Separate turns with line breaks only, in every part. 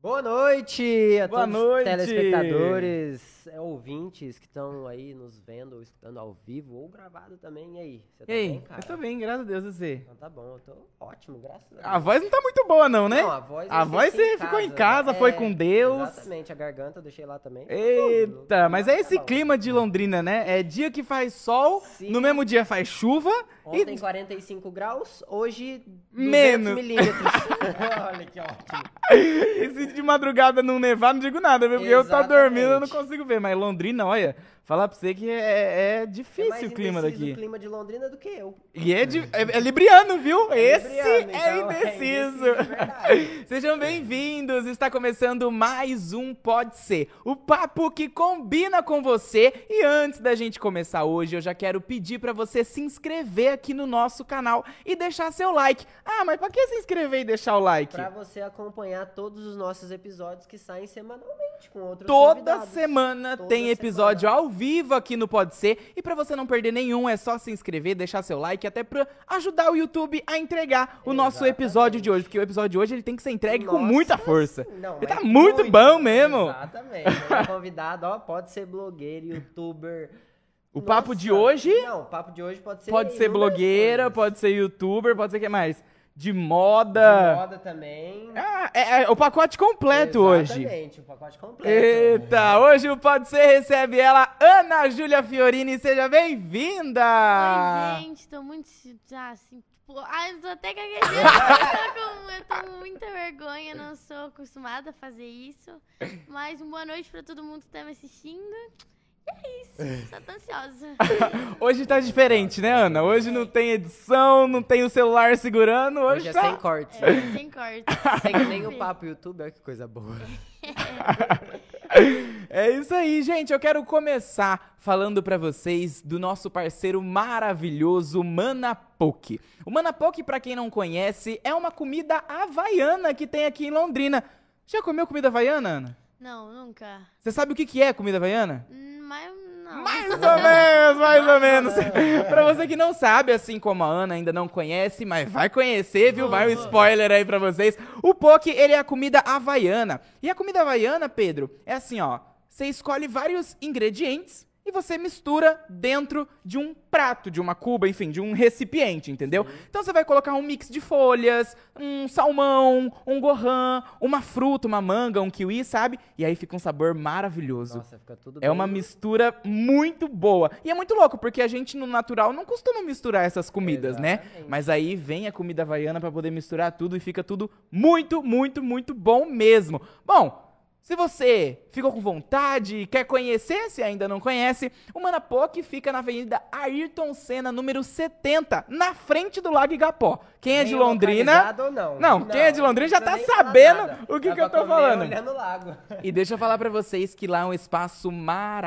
Boa noite a
Boa
todos
noite.
os telespectadores, é, ouvintes que estão aí nos vendo ou escutando ao vivo ou gravado também. E aí, você tá
Ei,
bem, cara?
eu tô bem, graças a Deus, você.
Então tá bom, eu tô ótimo, graças a Deus.
A voz não tá muito boa, não, né?
Não, a voz,
A
eu
voz
esqueci
você ficou em casa, foi com Deus.
É, Exatamente, a garganta eu deixei lá também.
Eita, mas é esse
Tá bom.
clima de Londrina, né? É dia que faz sol,
Sim.
no mesmo dia faz chuva.
Ontem 45 graus, hoje 200
Menos.
milímetros. Olha que ótimo.
E se de madrugada não nevar, não digo nada, viu? Porque eu tá
Exatamente.
dormindo, eu não consigo ver. Mas Londrina, olha, falar pra você que é, é
É
difícil
mais
o clima
indeciso
daqui.
o clima de Londrina do que eu.
E é, de, é, é libriano, viu? Esse
Libriano,
é
então,
indeciso.
É verdade.
Sejam bem-vindos! Está começando mais um Pode Ser, o papo que combina com você. E antes da gente começar hoje, eu já quero pedir para você se inscrever aqui no nosso canal e deixar seu like. Ah, mas pra que se inscrever e deixar o like?
Pra você acompanhar todos os nossos episódios que saem semanalmente com outros
Toda
convidados.
semana
Toda
tem episódio
semana.
ao vivo aqui no Pode Ser. E pra você não perder nenhum, é só se inscrever, deixar seu like, até pra ajudar o YouTube a entregar o nosso
É, Exatamente.
episódio de hoje. Porque o episódio de hoje ele tem que ser entregue com
Nossa,
muita força.
Não,
E
mas
tá muito bom mesmo.
Exatamente. O convidado, ó, pode ser blogueiro, youtuber.
O papo de hoje-
Não, o papo de hoje pode ser.
Pode ser
inúmeras
blogueira,
coisas.
pode ser youtuber, pode ser o que mais? De
De
moda.
moda também.
Ah, é, é o pacote completo hoje.
Exatamente, o pacote completo.
Eita, hoje o Pode Ser recebe ela, Ana Júlia Fiorini. Seja bem-vinda!
Oi, gente, tô muito se- ah, assim, tipo, ai, eu tô até gaguejando, eu tô com muita vergonha, não sou acostumada a fazer isso, mas uma boa noite pra todo mundo que tá me assistindo, e é isso, só tô ansiosa.
Hoje tá diferente, né, Ana? Hoje não tem edição, não tem o celular segurando, hoje,
Hoje é
tá...
sem cortes.
É, sem corte.
Sem nem o papo YouTube, olha que coisa boa.
É isso aí, gente. Eu quero começar falando pra vocês do nosso parceiro maravilhoso Manapoke. O Manapoke, pra quem não conhece, é uma comida havaiana que tem aqui em Londrina. Já comeu comida havaiana, Ana?
Não, nunca,
Você sabe o que que é comida havaiana?
Hum, mas não.
Mais ou menos, mais ou menos. pra você que não sabe, assim como a Ana ainda não conhece, mas vai conhecer, viu? Vai um spoiler aí pra vocês. O poke, ele é a comida havaiana. E a comida havaiana, Pedro, é assim, ó. Você escolhe vários ingredientes e você mistura dentro de um prato, de uma cuba, enfim, de um recipiente, entendeu? Então você vai colocar um mix de folhas, um salmão, um gohan, uma fruta, uma manga, um kiwi, sabe? E aí fica um sabor maravilhoso.
Nossa, fica tudo
É uma
bem.
mistura muito boa. E é muito louco, porque a gente no natural não costuma misturar essas comidas, né?
Exatamente.
Mas aí vem a comida havaiana pra poder misturar tudo e fica tudo muito, muito, muito bom mesmo. Bom, se você ficou com vontade, quer conhecer, se ainda não conhece, o Manapoc fica na Avenida Ayrton Senna, número 70, na frente do Lago Igapó. Quem é de
Bem
Londrina.
localizado ou Não,
Não, quem é de Londrina já
não precisa
tá
nem falar
sabendo
nada.
o que
Dá
que eu
pra
tô
comer
falando.
Olhando o lago.
E deixa eu falar pra vocês que lá é um espaço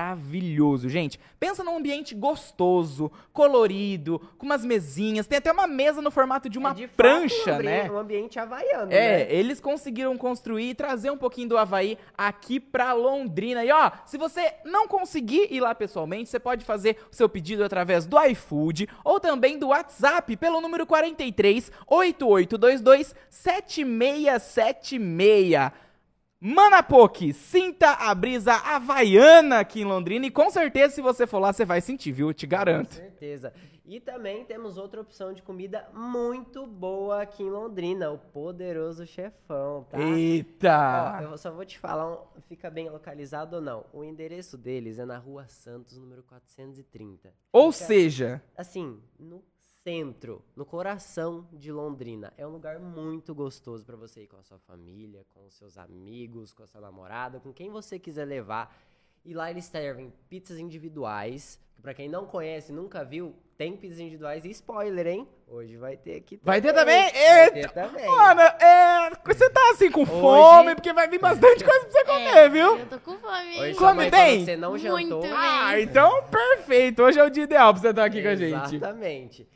maravilhoso, gente. Pensa num ambiente gostoso, colorido, com umas mesinhas. Tem até uma mesa no formato de uma
É, de fato, um
prancha,
ambi-
né?
Um ambiente havaiano, né?
É, eles conseguiram construir e trazer um pouquinho do Havaí aqui pra Londrina. E ó, se você não conseguir ir lá pessoalmente, você pode fazer o seu pedido através do iFood ou também do WhatsApp pelo número 43 8822 7676. Manapoque, sinta a brisa havaiana aqui em Londrina e com certeza se você for lá você vai sentir, viu? Eu te
Com
garanto.
certeza. E também temos outra opção de comida muito boa aqui em Londrina, o poderoso chefão, tá? Ó,
Eita!
eu só vou te falar, um- fica bem localizado ou não. O endereço deles é na Rua Santos, número 430.
Ou
Fica-
seja,
assim, no centro, no coração de Londrina. É um lugar muito gostoso pra você ir com a sua família, com os seus amigos, com a sua namorada, com quem você quiser levar. E lá eles servem pizzas individuais. que Pra quem não conhece, nunca viu, tem pizzas individuais e spoiler, hein? Hoje vai ter aqui
Vai ter também?
Vai
Eita!
ter também.
Mano, é. Você tá assim com fome, porque vai vir bastante coisa pra você comer,
É,
viu?
Eu tô com fome,
Hoje
hein?
sua
Come
mãe falou
bem?
que Você não
Muito
jantou.
bem.
É.
Ah, então perfeito. Hoje é o dia ideal pra você estar aqui com a gente.
Exatamente.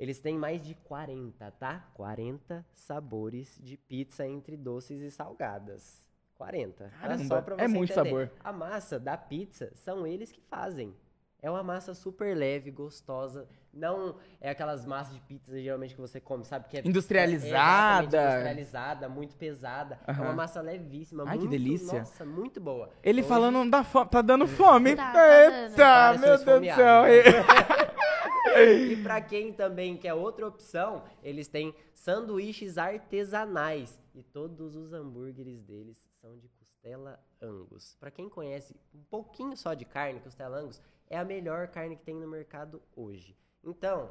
Eles têm mais de 40, tá? 40 sabores de pizza entre doces e salgadas. 40. Tá
Caramba,
só pra
é
você
muito
entender.
sabor.
A massa da pizza são eles que fazem. É uma massa super leve, gostosa. Não é aquelas massas de pizza geralmente que você come, sabe? Que é
Industrializada.
É exatamente industrializada, muito pesada. É uma
Aham.
massa levíssima.
Ai, que
muito-
delícia.
Nossa, muito boa.
Ele
Hoje-
falando da fome, tá dando fome.
Tá, tá dando.
Eita,
Parece
meu
um
Deus do céu. é
E pra quem também quer outra opção, eles têm sanduíches artesanais. E todos os hambúrgueres deles são de costela Angus. Pra quem conhece um pouquinho só de carne, costela Angus é a melhor carne que tem no mercado hoje. Então,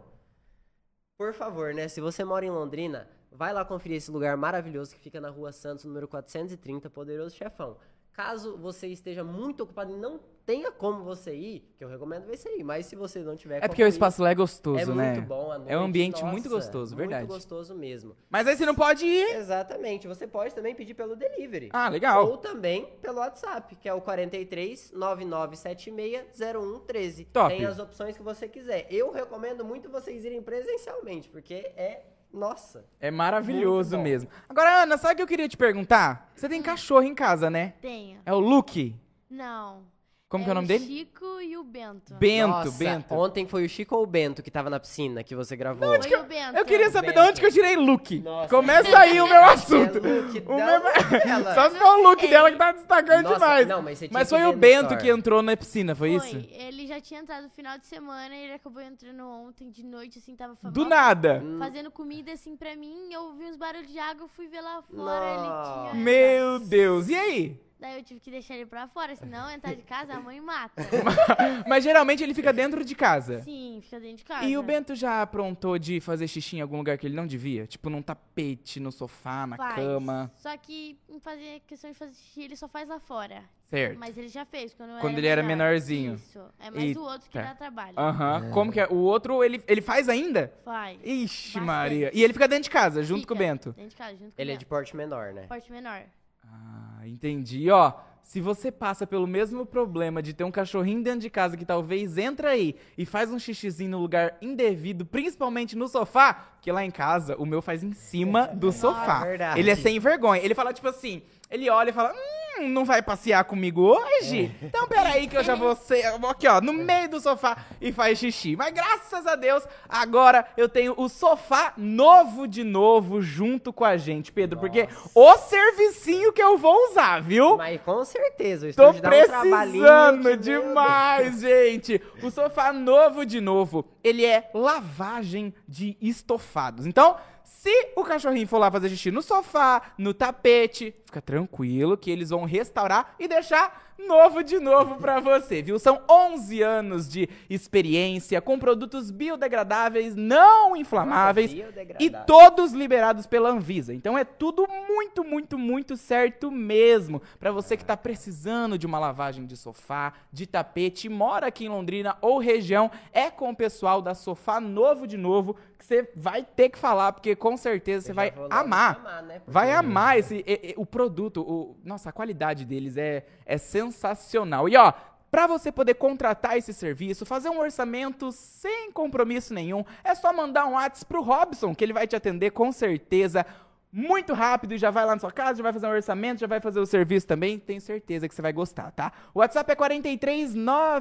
por favor, né? Se você mora em Londrina, vai lá conferir esse lugar maravilhoso que fica na Rua Santos, número 430, Poderoso Chefão. Caso você esteja muito ocupado e não tenha como você ir, que eu recomendo você ir, mas se você não tiver
É porque o
como ir,
espaço lá é gostoso,
é
né?
muito bom, à noite,
É um ambiente muito
nossa,
gostoso, verdade.
Muito gostoso mesmo.
Mas aí você não pode ir.
Exatamente. Você pode também pedir pelo delivery.
Ah, legal.
Ou também pelo WhatsApp, que é o 43 99760113.
Top.
Tem as opções que você quiser. Eu recomendo muito vocês irem presencialmente, porque é. Nossa!
É maravilhoso
Muito bom.
mesmo. Agora, Ana, sabe o que eu queria te perguntar? Você
Hum.
tem cachorro em casa, né?
Tenho.
É o Luke.
Não.
Como que é o nome
o
dele?
Chico e o Bento.
Bento,
Nossa,
Bento.
Ontem foi o Chico ou o Bento que tava na piscina que você gravou.
Foi o Bento.
Eu queria saber de
Bento.
onde que eu tirei Luke.
Nossa.
Começa aí o meu assunto.
É Luke,
O
dá
meu- é
uma tela.
Só se for o Luke dela que tá destacando
é Nossa,
demais.
não, mas você tinha
mas
que
foi
ver
o
no
Bento
story.
que entrou na piscina, foi,
Foi.
isso?
Ele já tinha entrado no final de semana, ele acabou entrando ontem de noite, assim, tava fa-
Do
mal-
nada.
Hum.
fazendo comida assim pra mim. Eu ouvi uns barulhos de água, eu fui ver lá fora, ele
Nossa.
tinha.
Meu Deus. E aí?
Daí eu tive que deixar ele pra fora, senão entrar de casa a mãe mata.
Mas geralmente ele fica dentro de casa.
Sim, fica dentro de casa.
E o Bento já aprontou de fazer xixi em algum lugar que ele não devia? Tipo num tapete, no sofá, na
Faz.
cama.
Só que em fazer questão de fazer xixi, ele só faz lá fora.
Certo.
Mas ele já fez quando, eu
Quando
era
ele era
menor.
menorzinho. tá.
Isso. É mais
Eita.
o outro que dá trabalho.
Aham. Como que é? O outro, ele, ele faz ainda?
Faz.
Ixi,
Bastante.
Maria. E ele fica dentro de casa, junto
Fica
com o Bento.
Dentro de casa, junto com
Ele
o
é
Bento.
de porte menor, né?
Porte menor.
Ah, entendi. E, Ó, se você passa pelo mesmo problema de ter um cachorrinho dentro de casa que talvez entra aí e faz um xixizinho no lugar indevido, principalmente no sofá, porque lá em casa o meu faz em cima do sofá.
É verdade.
Ele é sem vergonha. Ele fala tipo assim, ele olha e fala, hum, não vai passear comigo hoje? Então peraí que eu já vou ser, eu vou aqui ó, no meio do sofá e faz xixi. Mas graças a Deus, agora eu tenho o sofá novo de novo junto com a gente, Pedro, porque
Nossa.
o servicinho que eu vou usar, viu?
Mas com certeza, o
Tô
estúdio dá um trabalhinho. que,
precisando
meu
demais, gente. O sofá novo de novo, ele é lavagem de estofados. Então, se o cachorrinho for lá fazer xixi no sofá, no tapete, fica tranquilo que eles vão restaurar e deixar novo de novo pra você, viu? São 11 anos de experiência com produtos biodegradáveis, não inflamáveis
Nossa,
e
biodegradável.
todos liberados pela Anvisa. Então é tudo muito, muito, muito certo mesmo. Pra você que tá precisando de uma lavagem de sofá, de tapete, mora aqui em Londrina ou região, é com o pessoal da Sofá Novo de Novo que você vai ter que falar, porque com certeza você
Eu já
vai
vou logo
amar.
chamar, né? Porque-
Vai amar esse, e- e- o produto, o- nossa, a qualidade deles é, é sensacional. E ó, pra você poder contratar esse serviço, fazer um orçamento sem compromisso nenhum, é só mandar um WhatsApp pro Robson, que ele vai te atender com certeza muito rápido e já vai lá na sua casa, já vai fazer um orçamento, já vai fazer o serviço também, tenho certeza que você vai gostar, tá? O WhatsApp é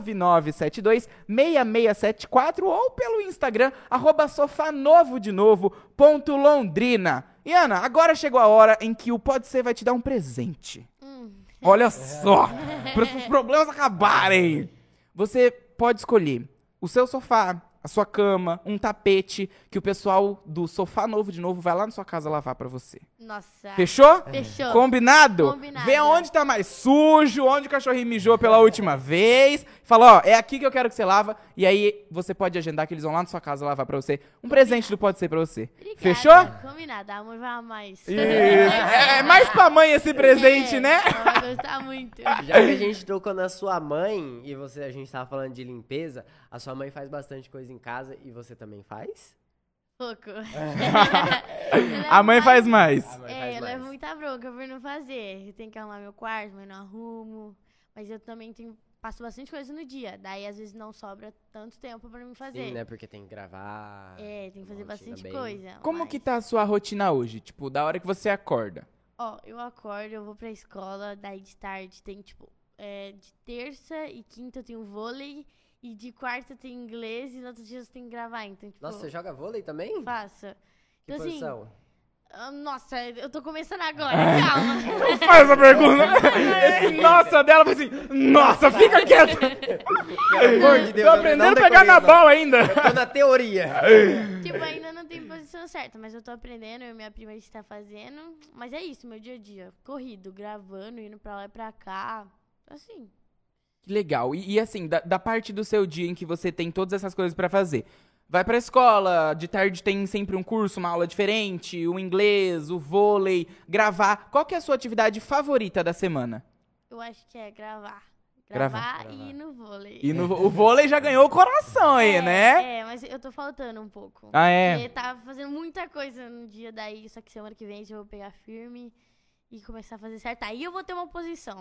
439972 6674 ou pelo Instagram, arroba sofanovo de novo, ponto Londrina. E Ana, agora chegou a hora em que o Pode Ser vai te dar um presente.
Hum.
Olha só, para os problemas acabarem. Você pode escolher o seu sofá, a sua cama, um tapete, que o pessoal do Sofá Novo de Novo vai lá na sua casa lavar pra você.
Nossa.
Fechou?
Ah. Fechou.
Combinado?
Combinado.
Vê onde tá mais sujo, onde o cachorrinho mijou pela última vez. Fala, ó, é aqui que eu quero que você lava. E aí você pode agendar que eles vão lá na sua casa lavar pra você. Um presente do Pode Ser pra você.
Obrigada.
Fechou?
Combinado, a mãe vai amar
Isso.
isso.
É, é mais pra mãe esse presente,
É,
né?
Ela vai gostar muito. é um
Já que a gente tocou na sua mãe e você a gente tava falando de limpeza, a sua mãe faz bastante coisa em casa e você também faz?
Pouco.
A mãe faz mais.
A mãe
É, eu levo muita bronca por não fazer. Eu tenho que arrumar meu quarto, mas não arrumo. Mas eu também tenho, passo bastante coisa no dia. Daí, às vezes, não sobra tanto tempo pra mim fazer.
Sim, né? Porque tem que gravar.
É, tem que fazer
Uma rotina
bastante
bem-
coisa. tipo
Como
mas-
que tá a sua rotina hoje? Tipo, da hora que você acorda.
Ó, eu acordo, eu vou pra escola, daí de tarde tem, tipo, é, de terça e quinta eu tenho vôlei. E E de quarta tem inglês e nos outros dias tem que gravar. Então, tipo,
Nossa, você joga vôlei também?
faço.
Que
Então, assim,
posição?
ah, nossa, eu tô começando agora, calma.
Não faz a pergunta. Esse nossa dela foi assim, nossa, fica quieto.
Pelo amor de Deus,
Tô
eu não
aprendendo a pegar na
decorei, não.
bola ainda.
Tô na teoria.
tipo, ainda não tem posição certa, mas eu tô aprendendo, eu e minha prima está fazendo. Mas é isso, meu dia a dia. Corrido, gravando, indo pra lá e pra cá. Assim.
Que Legal. E, e assim, da, da parte do seu dia em que você tem todas essas coisas pra fazer, vai pra escola, de tarde tem sempre um curso, uma aula diferente, o inglês, o vôlei, gravar. Qual que é a sua atividade favorita da semana?
Eu acho que é gravar.
Gravar.
Gravar, e ir no vôlei.
E no, o vôlei já ganhou o coração aí,
é,
né?
É, mas eu tô faltando um pouco.
Ah, é.
Porque tava fazendo muita coisa no dia daí, só que semana que vem eu já vou pegar firme e começar a fazer certo. Aí eu vou ter uma posição.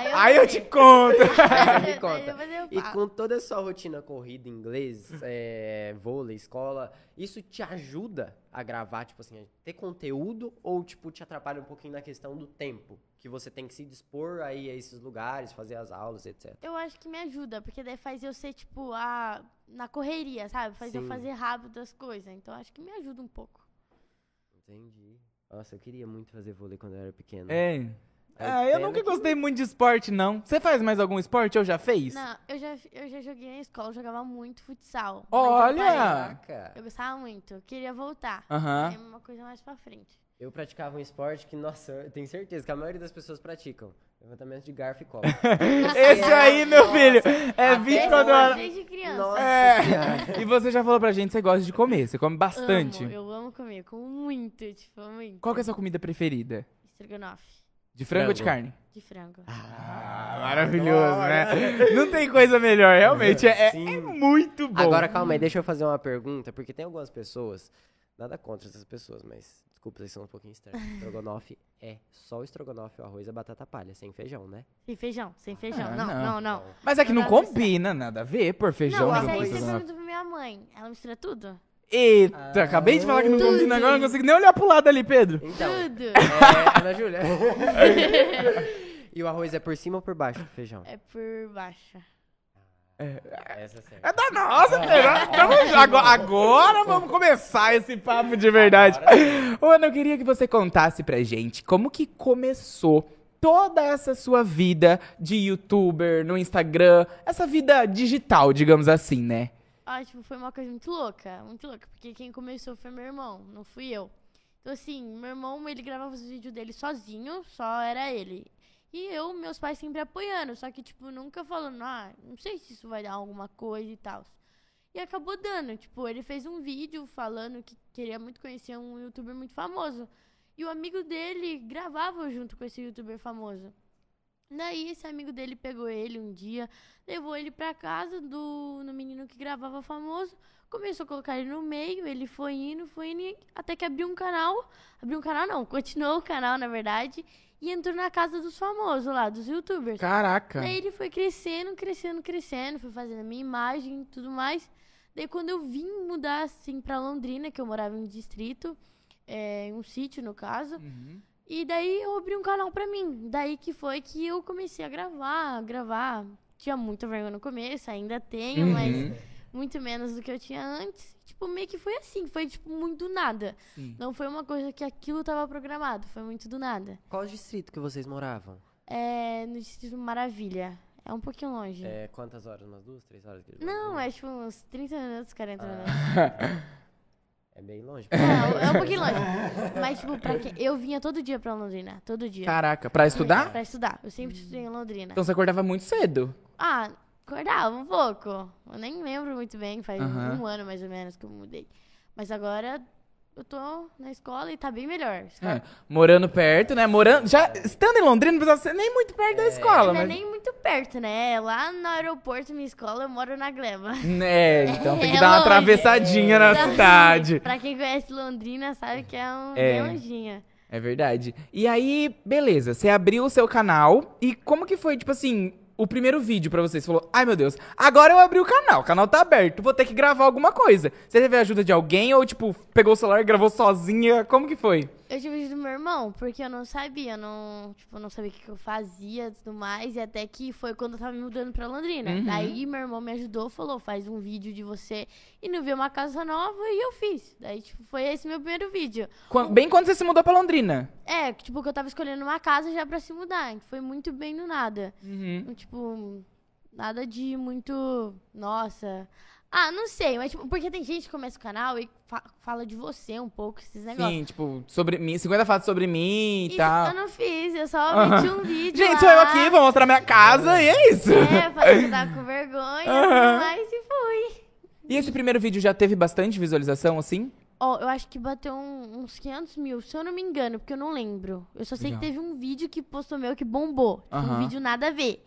aí eu,
Aí eu te conto.
Me
Aí
conta.
depois eu um
E
falo.
com toda a sua rotina corrida, inglês,
Hum.
é, vôlei, escola, isso te ajuda a gravar, tipo assim, a ter conteúdo ou, tipo, te atrapalha um pouquinho na questão do tempo? Que você tem que se dispor aí a esses lugares, fazer as aulas, etc.
Eu acho que me ajuda, porque daí faz eu ser, tipo, a... na correria, sabe? Faz eu
Sim.
fazer rápido as coisas. Então acho que me ajuda um pouco.
Entendi. Nossa, eu queria muito fazer vôlei quando eu era pequeno.
É.
Aí,
Ah, eu
pena
nunca
que-
gostei muito de esporte, não. Você faz mais algum esporte? Eu já fez?
Não, eu já, eu já joguei na escola, eu jogava muito futsal. mas eu parei.
Olha!
Caraca!
Eu gostava muito, eu queria voltar. É
Aham.
uma coisa mais pra frente.
Eu praticava um esporte que, nossa, eu tenho certeza que a maioria das pessoas praticam. Levantamento de garfo e copo.
Esse aí, meu
Nossa,
filho, é
até
24
hoje.
horas.
Desde criança.
Nossa senhora.
É. E você já falou pra gente que você gosta de comer, você come bastante.
Amo, eu amo comer, eu como muito, tipo, muito.
Qual que é a sua comida preferida?
Estrogonofe
De frango ou de
Frango.
carne?
de frango.
Ah, maravilhoso, né? Não tem coisa melhor, realmente. É, é
Sim.
muito bom.
Agora, calma aí, deixa eu fazer uma pergunta, porque tem algumas pessoas, nada contra essas pessoas, mas desculpa, vocês são um pouquinho estranhos. Estrogonofe é só o estrogonofe, o arroz e a batata palha, sem feijão, né?
Sem feijão, sem feijão.
Ah,
não,
não.
não, não.
Mas é que não
Não dá pra
combina nada a ver, por feijão. é
não, mas
junto
aí
com
você
isso, não.
pergunta pra minha mãe. Ela mistura tudo?
Eita, acabei de falar que não
Tudo.
combina agora, não consigo nem olhar pro lado ali, Pedro.
Então,
Tudo.
é, Ana Júlia. e o arroz é por cima ou por baixo do feijão?
É por baixo.
Essa é
É da nossa, Pedro. Tamo junto. agora, agora vamos começar esse papo de verdade. Ô, Ana, eu queria que você contasse pra gente como que começou toda essa sua vida de youtuber, no Instagram, essa vida digital, digamos assim, né?
Ah, tipo, foi uma coisa muito louca, muito louca, porque quem começou foi meu irmão, não fui eu. Então, assim, meu irmão, ele gravava os vídeos dele sozinho, só era ele. E eu, meus pais sempre apoiando, só que, tipo, nunca falando, ah, não sei se isso vai dar alguma coisa e tal. E acabou dando, tipo, ele fez um vídeo falando que queria muito conhecer um youtuber muito famoso. E o amigo dele gravava junto com esse youtuber famoso. Daí esse amigo dele pegou ele um dia, levou ele pra casa do no menino que gravava famoso, começou a colocar ele no meio, ele foi indo, foi indo, e até que abriu um canal, abriu um canal não, continuou o canal na verdade, e entrou na casa dos famosos lá, dos youtubers.
Caraca.
Daí ele foi crescendo, crescendo, crescendo, foi fazendo a minha imagem e tudo mais. Daí quando eu vim mudar assim pra Londrina, que eu morava em um distrito, é, em um sítio no caso,
Uhum.
e daí eu abri um canal pra mim. Daí que foi que eu comecei a gravar, a gravar. Tinha muita vergonha no começo, ainda tenho,
Uhum.
mas muito menos do que eu tinha antes. Tipo, meio que foi assim, foi tipo muito do nada.
Sim.
Não foi uma coisa que aquilo tava programado, foi muito do nada.
Qual distrito que vocês moravam?
É no distrito Maravilha. É um pouquinho longe.
É, quantas horas? Umas duas, três horas? que eles
Não,
moravam?
é tipo uns 30 minutos,
Ah.
40 minutos.
É bem longe.
Não, é um pouquinho longe. Mas, tipo, pra quê? Eu vinha todo dia pra Londrina. Todo dia. É.
Caraca, pra estudar?
Pra estudar. Eu sempre estudei em Londrina.
Então você acordava muito cedo.
Ah, acordava um pouco. Eu nem lembro muito bem, faz
Aham.
um ano mais ou menos que eu mudei. Mas agora eu tô na escola e tá bem melhor. Escola-
É, Morando perto, né? Morando. Já estando em Londrina, não precisava ser nem muito perto da escola,
Não é
mas.
nem muito perto, né? Lá no aeroporto, minha escola, eu moro na Gleba.
É, então tem que
É
dar uma
longe.
atravessadinha na
Então,
cidade.
pra quem conhece Londrina, sabe que é um
É.
bem longinho.
É verdade. E aí, beleza, você abriu o seu canal e como que foi, tipo assim, o primeiro vídeo pra você? Você falou, ai meu Deus, agora eu abri o canal, o canal tá aberto, vou ter que gravar alguma coisa. Você teve a ajuda de alguém ou, tipo, pegou o celular e gravou sozinha? Como que foi?
Eu dividi do meu irmão, porque eu não sabia, eu não, tipo, eu não sabia o que, que eu fazia e tudo mais. E até que foi quando eu tava me mudando pra Londrina.
Uhum.
Daí meu irmão me ajudou, falou, faz um vídeo de você e não vê uma casa nova e eu fiz. Daí, tipo, foi esse meu primeiro vídeo.
Quan- Bem quando você se mudou pra Londrina.
É, tipo, que eu tava escolhendo uma casa já pra se mudar. que Foi muito bem do nada. Tipo, nada de muito. Nossa. Ah, não sei, mas tipo, porque tem gente que começa o canal e fa- fala de você um pouco, esses negócios.
Sim, tipo, sobre mim, 50 fatos sobre mim e
Isso
tal.
eu não fiz, eu só
Tá. Aham.
meti um vídeo.
Gente,
lá.
sou eu aqui, vou mostrar minha casa e é isso.
É, falei que eu tava com vergonha,
Aham.
tudo mais e fui.
E esse primeiro vídeo já teve bastante visualização, assim?
Ó, eu acho que bateu um- uns 500 mil, se eu não me engano, porque eu não lembro. Eu só sei
Legal.
que teve um vídeo que postou meu que bombou. Tipo,
Aham.
Um vídeo nada a ver.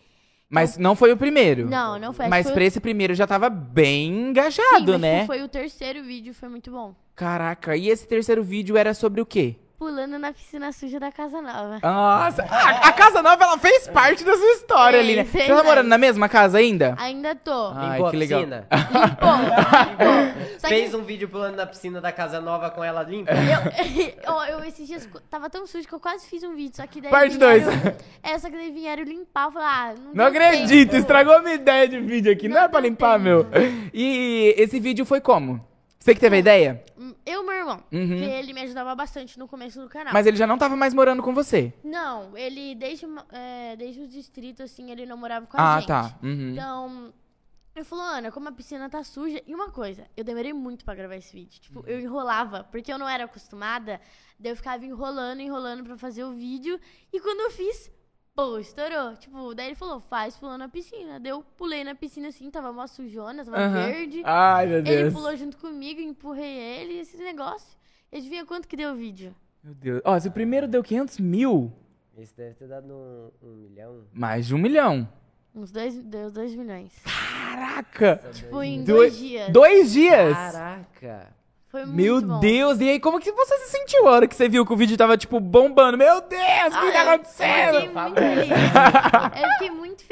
Mas não foi o primeiro.
Não, não foi. acho
Mas
que
pra
foi...
esse primeiro já tava bem
Sim,
engajado,
mas,
né?
tipo, foi o terceiro vídeo, foi muito bom.
Caraca, e esse terceiro vídeo era sobre o quê?
Pulando na piscina suja da casa nova.
Nossa, a, a casa nova ela fez parte da sua história,
Fez,
Lilian. Você
fez,
tá morando
fez.
na mesma casa ainda?
Ainda tô.
Ai,
Limpou a
que legal.
piscina.
Limpou, limpou. Só que
Fez um vídeo pulando na piscina da casa nova com ela limpa.
eu, ó, eu esses dias co- tava tão sujo que eu quase fiz um vídeo, só que daí
Parte
vieram-
dois.
É, só que daí vieram limpar, eu falei, ah, não
Não
deu tempo.
acredito, estragou minha ideia de vídeo aqui. Não,
Não
é pra
deu
limpar,
tempo.
meu. E esse vídeo foi como? Você que teve a ideia?
Hum, Eu e meu irmão,
Uhum.
porque ele me ajudava bastante no começo do canal.
Mas ele já não tava mais morando com você.
Não, ele desde, ma- é, desde o distrito, assim, ele não morava com a
ah,
gente.
tá. Uhum.
Então, eu falou, Ana, como a piscina tá suja. E uma coisa, eu demorei muito pra gravar esse vídeo. Tipo, eu
Uhum.
enrolava, porque eu não era acostumada. Daí eu ficava enrolando, enrolando pra fazer o vídeo. E quando eu fiz, pô, estourou. Tipo, daí ele falou, faz pulando na piscina. Daí eu pulei na piscina assim, tava uma sujona, tava
Aham.
verde.
Ai, meu
ele
Deus.
pulou junto comigo, empurrei ele, esse negócio. E adivinha quanto que deu o vídeo?
Meu Deus. Ó, se o primeiro deu 500 mil,
Esse deve ter dado um, um milhão.
mais de um milhão.
Uns dois, deu dois milhões.
Caraca!
Tipo, em
Doi-
dois, dias.
Dois dias!
Caraca!
Foi muito
Meu
bom.
Deus, e aí como que você se sentiu a hora que você viu que o vídeo tava, tipo, bombando? Meu Deus, o
Ah,
que tá
Eu
acontecendo?
fiquei muito feliz. eu fiquei muito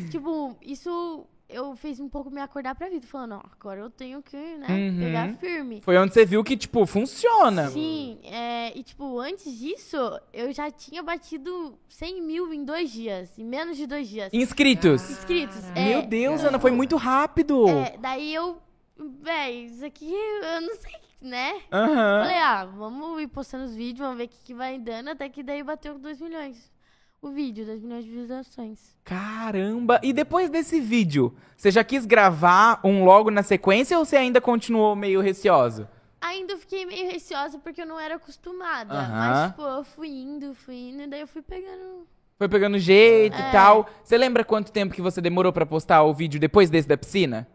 feliz. Tipo, isso eu fez um pouco me acordar pra vida, falando, ó, agora eu tenho que, né,
Uhum.
pegar firme.
Foi onde você viu que, tipo, funciona.
Sim, é, e tipo, antes disso, eu já tinha batido 100 mil em dois dias, em menos de dois dias.
Inscritos.
Inscritos. é,
Meu Deus, Ana, foi muito rápido.
é, daí eu, véi, isso aqui eu não sei, né?
Aham.
Falei, ah, vamos ir postando os vídeos, vamos ver o que, que vai dando, até que daí bateu 2 milhões. O vídeo, 2 milhões de visualizações.
Caramba! E depois desse vídeo, você já quis gravar um logo na sequência ou você ainda continuou meio receoso?
Ainda eu fiquei meio receosa porque eu não era acostumada.
Aham.
Mas, tipo, eu fui indo, fui indo, e daí eu fui pegando.
Foi pegando jeito e
É.
tal. Você lembra quanto tempo que você demorou pra postar o vídeo depois desse da piscina?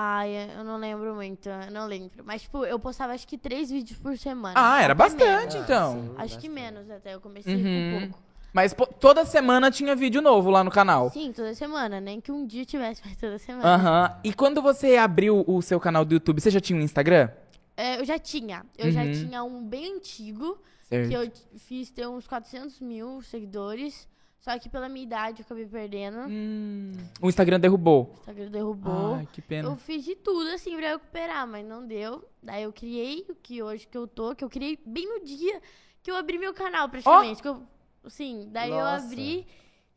Ai, eu não lembro muito, eu não lembro. Mas, tipo, eu postava acho que três vídeos por semana.
Ah, era
Até
bastante
Ah,
então.
sim,
menos. Acho que
bastante.
menos até, eu comecei
Uhum.
com pouco.
Mas pô, toda semana tinha vídeo novo lá no canal.
Sim, toda semana, nem que um dia tivesse, mas toda semana.
Aham. E quando você abriu o seu canal do YouTube, você já tinha um Instagram?
É, eu já tinha, eu já
Uhum.
tinha um bem antigo, que eu t- fiz ter uns 400 mil seguidores. Só que pela minha idade eu acabei perdendo,
Hum, o Instagram derrubou.
o Instagram derrubou.
Ai, que pena.
Eu fiz de tudo, assim, pra recuperar, mas não deu. Daí eu criei o que hoje que eu tô, que eu criei bem no dia que eu abri meu canal, praticamente. Que eu, assim, daí
Nossa.
eu abri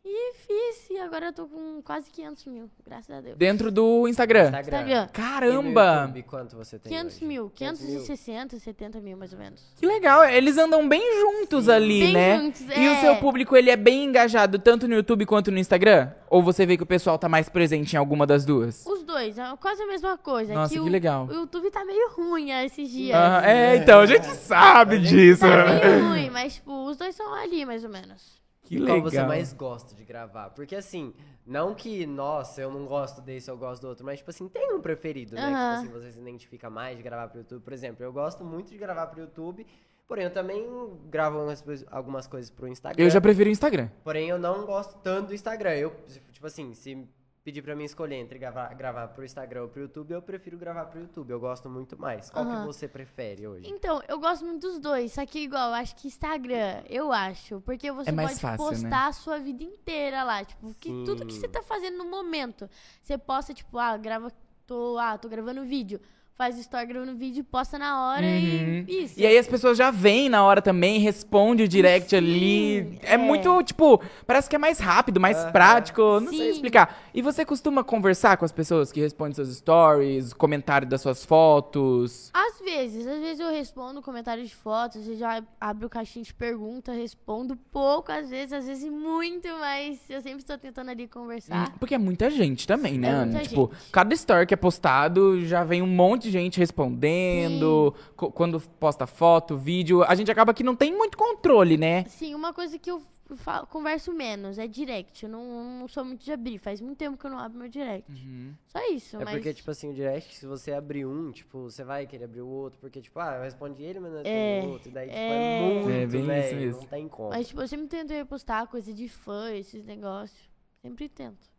e fiz, e agora eu tô com quase 500 mil, graças a Deus.
Dentro do Instagram.
Instagram,
E no
Caramba!
YouTube, quanto você tem
500
hoje?
mil, 560, 70 mil, mais ou menos.
Que legal, eles andam bem juntos ali,
Bem
né?
juntos,
E o
é.
seu público, ele é bem engajado tanto no YouTube quanto no Instagram? Ou você vê que o pessoal tá mais presente em alguma das duas?
Os dois, é quase a mesma coisa.
Nossa,
o,
que legal.
O YouTube tá meio ruim ah, esses dias.
Ah, é, então, a gente sabe disso.
Tá meio ruim, mas, tipo, os dois são ali, mais ou menos.
Que
E
legal.
qual você mais gosta de gravar? Porque assim, não que, nossa, eu não gosto desse, eu gosto do outro, mas tipo assim, tem um preferido, né?
Aham.
Que tipo assim, você se identifica mais de gravar pro YouTube. Por exemplo, eu gosto muito de gravar pro YouTube, porém eu também gravo algumas, cois- algumas coisas pro Instagram.
Eu já prefiro o Instagram.
Porém, eu não gosto tanto do Instagram. Eu, tipo assim, se pedir pra mim escolher entre gravar, gravar pro Instagram ou pro YouTube, eu prefiro gravar pro YouTube. Eu gosto muito mais. Qual
Aham.
que você prefere hoje?
Então, eu gosto muito dos dois, só que igual, eu acho que Instagram, eu acho, porque você
É mais
pode
fácil,
postar a sua vida inteira lá, tipo, que, tudo que
Sim.
você tá fazendo no momento. Você posta, tipo, ah, grava, tô, ah, tô gravando vídeo. faz o story, grava no vídeo, posta na hora
Uhum.
e isso.
E aí as pessoas já vêm na hora também, responde o direct
Sim,
ali. É,
é.
muito, tipo, parece que é mais rápido, mais
Aham.
prático, não sei
Sim.
explicar. E você costuma conversar com as pessoas que respondem seus stories, comentário das suas fotos?
Às vezes, às vezes eu respondo comentários de fotos, às vezes eu ab- abro caixinha de pergunta, respondo pouco, às vezes, às vezes muito, mas eu sempre estou tentando ali conversar.
Porque é muita gente também, né,
Tá. É
Ana?
muita
Tipo, cada story que é postado, já vem um monte de gente respondendo. co- Quando posta foto, vídeo, a gente acaba que não tem muito controle, né?
Sim, uma coisa que eu falo- converso menos é direct. Eu não, não sou muito de abrir, faz muito tempo que eu não abro meu direct.
Uhum.
Só
É
isso, Então, mas.
porque, tipo assim, o direct, se você abrir um, tipo, você vai querer abrir o outro, porque, tipo, ah, eu respondi ele, mas não respondi
É,
o outro. E daí, tipo,
é.
é, muito,
É, bem isso
velho,
mesmo.
Não tem como.
Mas, tipo, eu sempre tento repostar coisa de fã, esses negócios. Sempre tento.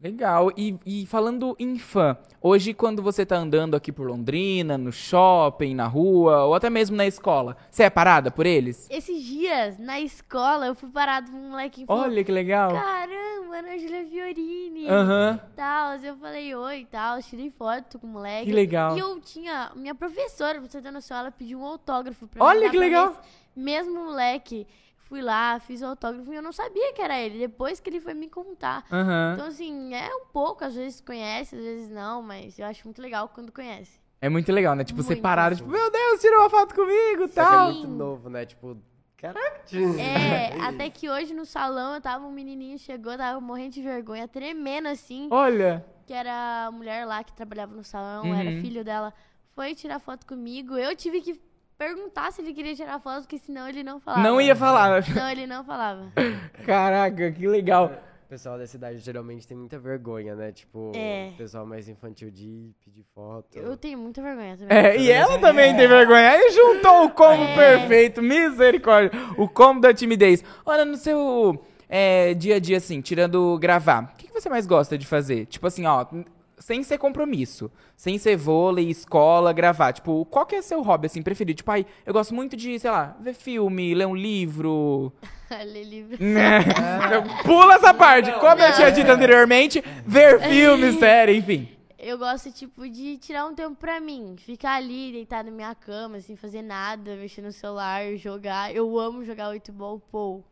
Legal. E, e falando em fã, hoje quando você tá andando aqui por Londrina, no shopping, na rua, ou até mesmo na escola, você é parada por eles?
Esses dias, na escola, eu fui parado por um moleque e falou,
Olha que legal.
Caramba, Ana Júlia Fiorini.
Aham.
Tal, assim, eu falei oi e tal, tirei foto com o moleque.
Que legal.
E eu tinha, minha professora, pra você ter noção, ela pediu um autógrafo pra
Olha
mim. dar
que
pra
legal.
esse Mesmo moleque, fui lá, fiz o autógrafo e eu não sabia que era ele, depois que ele foi me contar.
Aham.
Então, assim, é um pouco, às vezes conhece, às vezes não, mas eu acho muito legal quando conhece.
É muito legal, né? Tipo, você
Muito.
parado, tipo, meu Deus, tirou uma foto comigo
Só
e
que é
tal.
muito novo, né? Tipo, caraca.
É, até que hoje no salão eu tava, um menininho chegou, tava morrendo de vergonha, tremendo assim,
Olha.
que era a mulher lá que trabalhava no salão,
Oh. Uhum.
era filho dela, foi tirar foto comigo. Eu tive que perguntar se ele queria tirar foto, porque senão ele não falava.
Não ia falar.
Não, ele não falava.
Caraca, que legal.
O pessoal da cidade geralmente tem muita vergonha, né? Tipo,
É.
o pessoal mais infantil de pedir foto.
Eu tenho muita vergonha também.
É, e ela também tem vergonha. Aí juntou o combo perfeito, misericórdia. O combo da timidez. Olha, no seu é, dia a dia, assim, tirando gravar, o que, que você mais gosta de fazer? Tipo assim, ó, n- sem ser compromisso. Sem ser vôlei, escola, gravar. Tipo, qual que é seu hobby, assim, preferido? Tipo, ai, eu gosto muito de, sei lá, ver filme, ler um livro.
Olha, livro.
Pula essa parte. Como eu tinha dito anteriormente, ver filme, série, enfim.
Eu gosto, tipo, de tirar um tempo pra mim. Ficar ali, deitar na minha cama, sem fazer nada, mexer no celular, jogar. Eu amo jogar oito ball pool.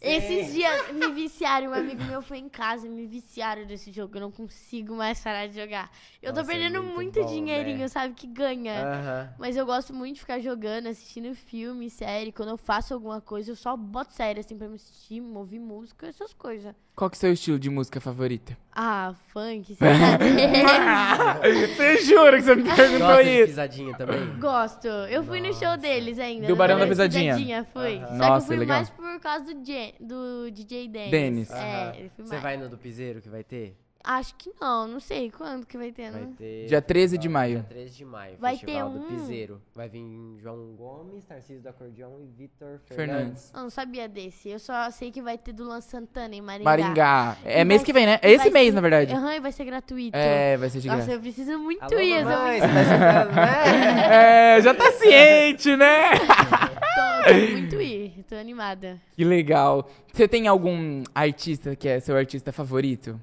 Esses dias me viciaram, um amigo meu foi em casa, me viciaram desse jogo. Eu não consigo mais parar de jogar. Eu tô
Nossa, é
perdendo muito,
muito bom,
dinheirinho,
né? É.
sabe? Que ganha.
Aham.
Mas eu gosto muito de ficar jogando, assistindo filme, série. Quando eu faço alguma coisa, eu só boto série, assim, pra me assistir, ouvir música, essas coisas.
Qual que é o seu estilo de música favorita?
Ah, funk, sertanejo.
Você jura que você me perguntou
Gosta de
isso?
pisadinha também?
Gosto. Eu fui no show deles ainda.
Do
no
Barão da
Barão
Pisadinha.
fui.
Aham.
Só
Nossa,
que eu fui
legal.
mais por causa do, Je- do DJ Dennis.
Dennis.
Aham.
É, eu fui
Você
mais.
vai no do piseiro que vai ter?
Acho que não, não sei quando que vai ter,
Vai
né?
ter.
Dia 13 de
festival-
maio.
Dia 13 de maio.
Vai
festival
ter
do
um-
piseiro. Vai vir João Gomes, Tarcísio do Acordeão e Vitor
Fernandes.
Fernandes.
Eu não sabia desse. Eu só sei que vai ter do Lan Santana em Maringá.
Maringá. É
E
mês
vai-
que vem, né? É
e
esse
vai
mês,
ser-
na verdade.
Aham, e vai ser gratuito.
É, vai ser de
Nossa,
graça.
eu preciso muito
Alô,
ir. eu
mamãe,
muito-
você tá escutando, né?
É, já tá ciente, né?
tô- eu quero muito ir. Tô animada.
Que legal. Você tem algum artista que é seu artista favorito?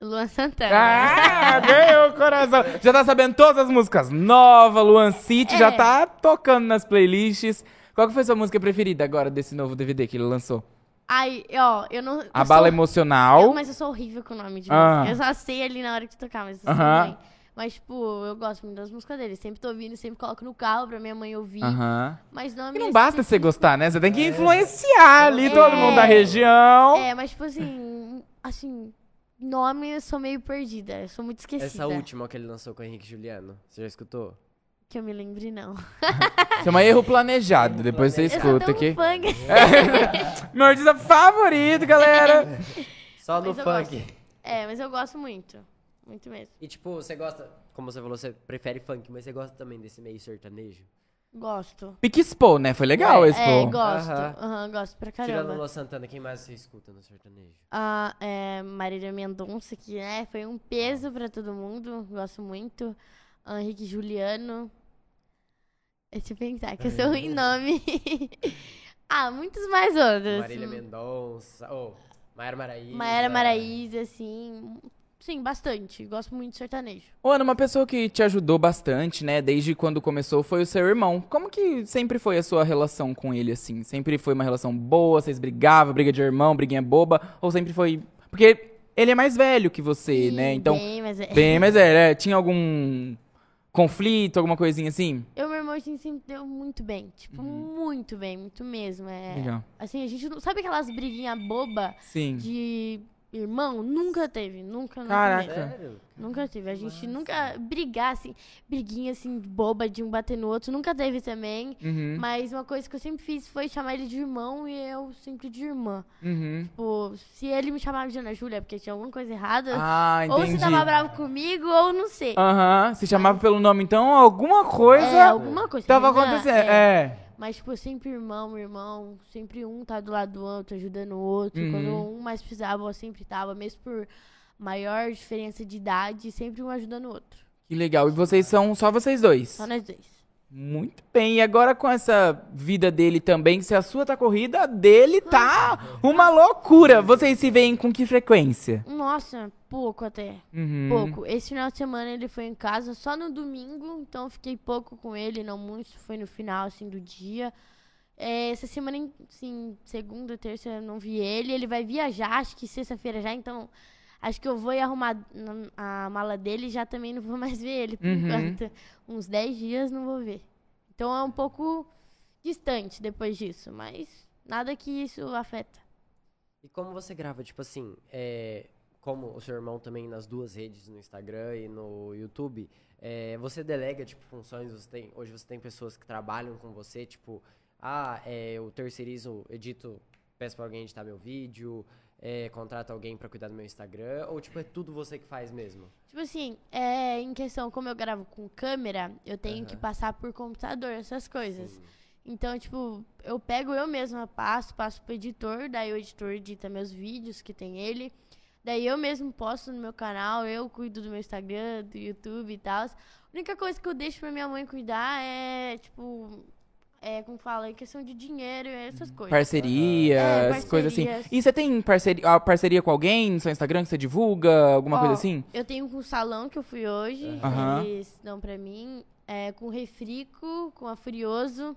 Luan Santana.
Ah, ganhou o coração. Já tá sabendo todas as músicas novas, Luan City, já
É.
tá tocando nas playlists. Qual que foi sua música preferida agora desse novo DVD que ele lançou?
Ai, ó, eu não.
A
eu
Bala é
sou-
Emocional.
Eu- mas eu sou horrível com o nome de
Ah.
música. Eu só sei ali na hora que tocar, mas eu sou
Aham.
ruim. Mas, tipo, eu gosto muito das músicas dele. Sempre tô ouvindo, sempre coloco no carro pra minha mãe ouvir.
Aham.
Mas não é
E
minha
não basta você
específica.
gostar, né? Você tem que influenciar ali
É.
todo mundo da região.
É, mas, tipo assim, assim, nome eu sou meio perdida. Eu sou muito esquecida.
Essa última que ele lançou com o Henrique Juliano. Você já escutou?
Que eu me lembre, não.
Chama erro planejado, depois você
É. eu sou
escuta
tão
aqui.
funk.
Meu artista favorito, galera.
Só
Mas
no
eu
funk.
É, mas eu gosto muito. Muito mesmo.
E tipo, você gosta, como você falou, você prefere funk, mas você gosta também desse meio sertanejo?
Gosto.
Pique Expo, né? Foi legal a Expo.
É, gosto.
Aham.
Aham, gosto pra
Tirando o
caramba.
Luan Santana, quem mais você escuta no sertanejo?
A é, Marília Mendonça, que né, foi um peso pra todo mundo, gosto muito. A Henrique Juliano. Deixa eu pensar, que eu sou
É.
ruim em nome. ah, muitos mais outros. Hum,
Marília Mendonça, ou Maiara Maraíza.
Maera Maraíza, assim. Sim, bastante. Gosto muito de sertanejo.
Ô, Ana, uma pessoa que te ajudou bastante, né, desde quando começou, foi o seu irmão. Como que sempre foi a sua relação com ele, assim? Sempre foi uma relação boa? Vocês brigavam, briga de irmão, briguinha boba? Ou sempre foi. Porque ele é mais velho que você, né?
E
Então.
Bem, mas é...
Bem, mas é, é, tinha algum conflito, alguma coisinha assim?
Eu e meu irmão, a gente sempre deu muito bem. Tipo,
Uhum.
muito bem, muito mesmo. É...
Legal.
Assim, a gente não... Sabe aquelas briguinhas boba
Sim.
de irmão? Nunca teve. Nunca, nunca
Caraca.
mesmo.
Sério?
Nunca teve. A gente nunca brigar, assim, briguinha, assim, boba de um bater no outro. Nunca teve também.
Uhum.
Mas uma coisa que eu sempre fiz foi chamar ele de irmão e eu sempre de irmã.
Uhum.
Tipo, se ele me chamava de Ana Júlia porque tinha alguma coisa errada,
Ah,
ou
entendi. Ah,
se tava bravo comigo, ou não sei.
Aham. Se chamava pelo nome, então alguma coisa
É, alguma coisa.
tava
Renan,
acontecendo.
é.
É.
Mas, tipo, sempre irmão, irmão, sempre um tá do lado do outro, ajudando o outro.
Uhum.
Quando um mais precisava, eu sempre tava, mesmo por maior diferença de idade, sempre um ajudando o outro.
Que legal. E vocês são só vocês dois?
Só nós dois.
Muito bem. E agora com essa vida dele também, se a sua tá corrida, a dele tá uma loucura. Vocês se veem com que frequência?
Nossa, pouco até.
Uhum.
Pouco. Esse final de semana ele foi em casa só no domingo, então eu fiquei pouco com ele, não muito, foi no final assim do dia. É, essa semana, em- sim, segunda, terça eu não vi ele. Ele vai viajar, acho que sexta-feira já, então acho que eu vou ir arrumar na- a mala dele e já também não vou mais ver ele por
Uhum.
enquanto. Uns 10 dias não vou ver. Então é um pouco distante depois disso, mas nada que isso afeta.
E como você grava, tipo assim, é, como o seu irmão também nas duas redes, no Instagram e no YouTube, é, você delega, tipo, funções, você tem, hoje você tem pessoas que trabalham com você, tipo, ah, é, eu terceirizo, edito, peço pra alguém editar meu vídeo, é, contrato alguém pra cuidar do meu Instagram, ou tipo, é tudo você que faz mesmo?
Tipo assim, é, em questão, como eu gravo com câmera, eu tenho que
Aham.
passar por computador, essas coisas.
Sim.
Então, tipo, eu pego eu mesma, passo, passo pro editor, daí o editor edita meus vídeos que tem ele. Daí eu mesmo posto no meu canal, eu cuido do meu Instagram, do YouTube e tal. A única coisa que eu deixo pra minha mãe cuidar é, tipo, é, como fala, é questão de dinheiro, é
Uhum.
essas coisas.
Parcerias,
É, parcerias.
coisa assim. E você tem parceria, ah, parceria com alguém no seu Instagram que você divulga? Alguma
Ó,
coisa assim?
Eu tenho com o salão que eu fui hoje,
Aham.
eles dão pra mim. É, com o Refrico, com a Furioso.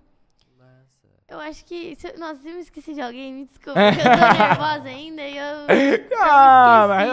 Massa.
Eu acho que. se eu- nossa, se eu me esqueci de alguém, me desculpa,
É.
que eu tô nervosa ainda e eu.
Ah, mas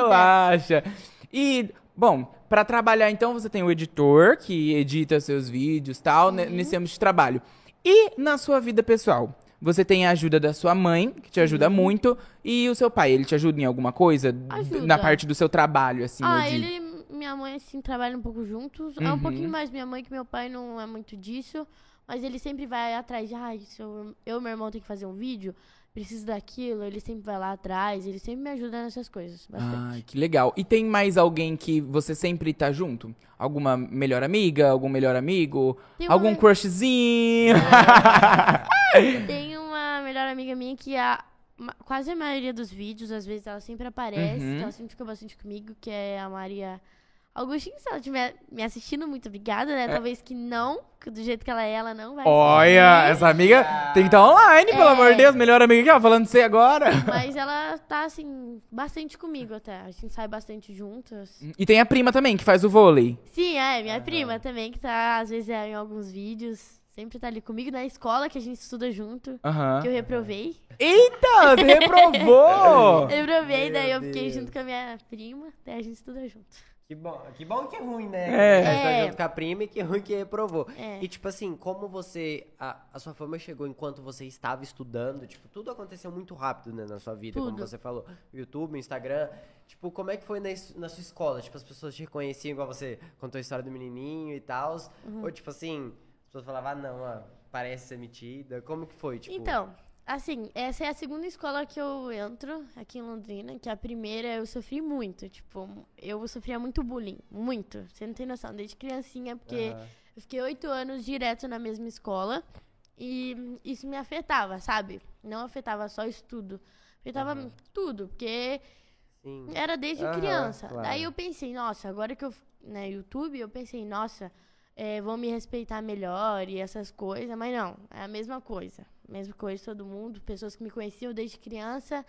esquecida.
relaxa. E, bom, pra trabalhar então você tem o editor que edita seus vídeos e tal,
Uhum.
né, nesse âmbito de trabalho. E na sua vida pessoal? Você tem a ajuda da sua mãe, que te
Uhum.
ajuda muito, e o seu pai, ele te ajuda em alguma coisa? D-
Ajuda.
Na parte do seu trabalho, assim, eu
Ah,
digo.
ele e minha mãe, assim, trabalham um pouco juntos. É
Uhum.
um pouquinho mais minha mãe, que meu pai não é muito disso. Mas ele sempre vai atrás de, ah, se eu eu e meu irmão tem que fazer um vídeo, preciso daquilo. Ele sempre vai lá atrás, ele sempre me ajuda nessas coisas,
Ah,
bastante.
que legal. E tem mais alguém que você sempre tá junto? Alguma melhor amiga, algum melhor amigo,
Tem um
Ah.
uma
algum
me-
crushzinho?
Tem uma melhor amiga minha que a ma- quase a maioria dos vídeos, às vezes ela sempre aparece,
Uhum.
que ela sempre fica bastante comigo, que é a Maria Augustin. Se ela estiver me assistindo, muito obrigada,
É.
né? Talvez que não, que do jeito que ela é, ela não vai.
Olha,
assistir.
essa amiga tem que estar online, pelo
É.
amor de Deus. Melhor amiga que ela falando de você agora.
Mas ela tá, assim, bastante comigo até. A gente sai bastante juntas.
E tem a prima também, que faz o vôlei.
Sim, é, minha
Aham.
prima também, que tá, às vezes, é, em alguns vídeos. Sempre tá ali comigo na escola, que a gente estuda junto.
Aham.
Que eu reprovei.
Eita, você reprovou!
Eu reprovei, daí eu
Meu
fiquei
Deus.
junto com a minha prima. Daí a gente estuda junto.
Que bom, que bom que é ruim, né?
É.
Que tá
É.
junto com a prima e que ruim que reprovou.
É.
E tipo assim, como você. A, a sua fama chegou enquanto você estava estudando, tipo, tudo aconteceu muito rápido, né, na sua vida, como
Tudo.
você falou. YouTube, Instagram. Tipo, como é que foi na, es- na sua escola? Tipo, as pessoas te reconheciam igual você contou a história do menininho e tal.
Uhum.
Ou tipo assim, as pessoas falavam, ah, não, ah, parece ser metida. Como que foi, tipo?
Então, assim, essa é a segunda escola que eu entro aqui em Londrina, que a primeira eu sofri muito, tipo, eu sofria muito bullying, muito. Você não tem noção, desde criancinha, porque
Aham.
eu fiquei oito anos direto na mesma escola e isso me afetava, sabe? Não afetava só estudo, afetava tudo, porque
Sim.
era desde
Aham,
criança.
claro.
Daí eu pensei, nossa, agora que eu f- né, YouTube, eu pensei, nossa, eh, vão me respeitar melhor e essas coisas, mas não, é a mesma coisa. Mesma coisa todo mundo, pessoas que me conheciam desde criança.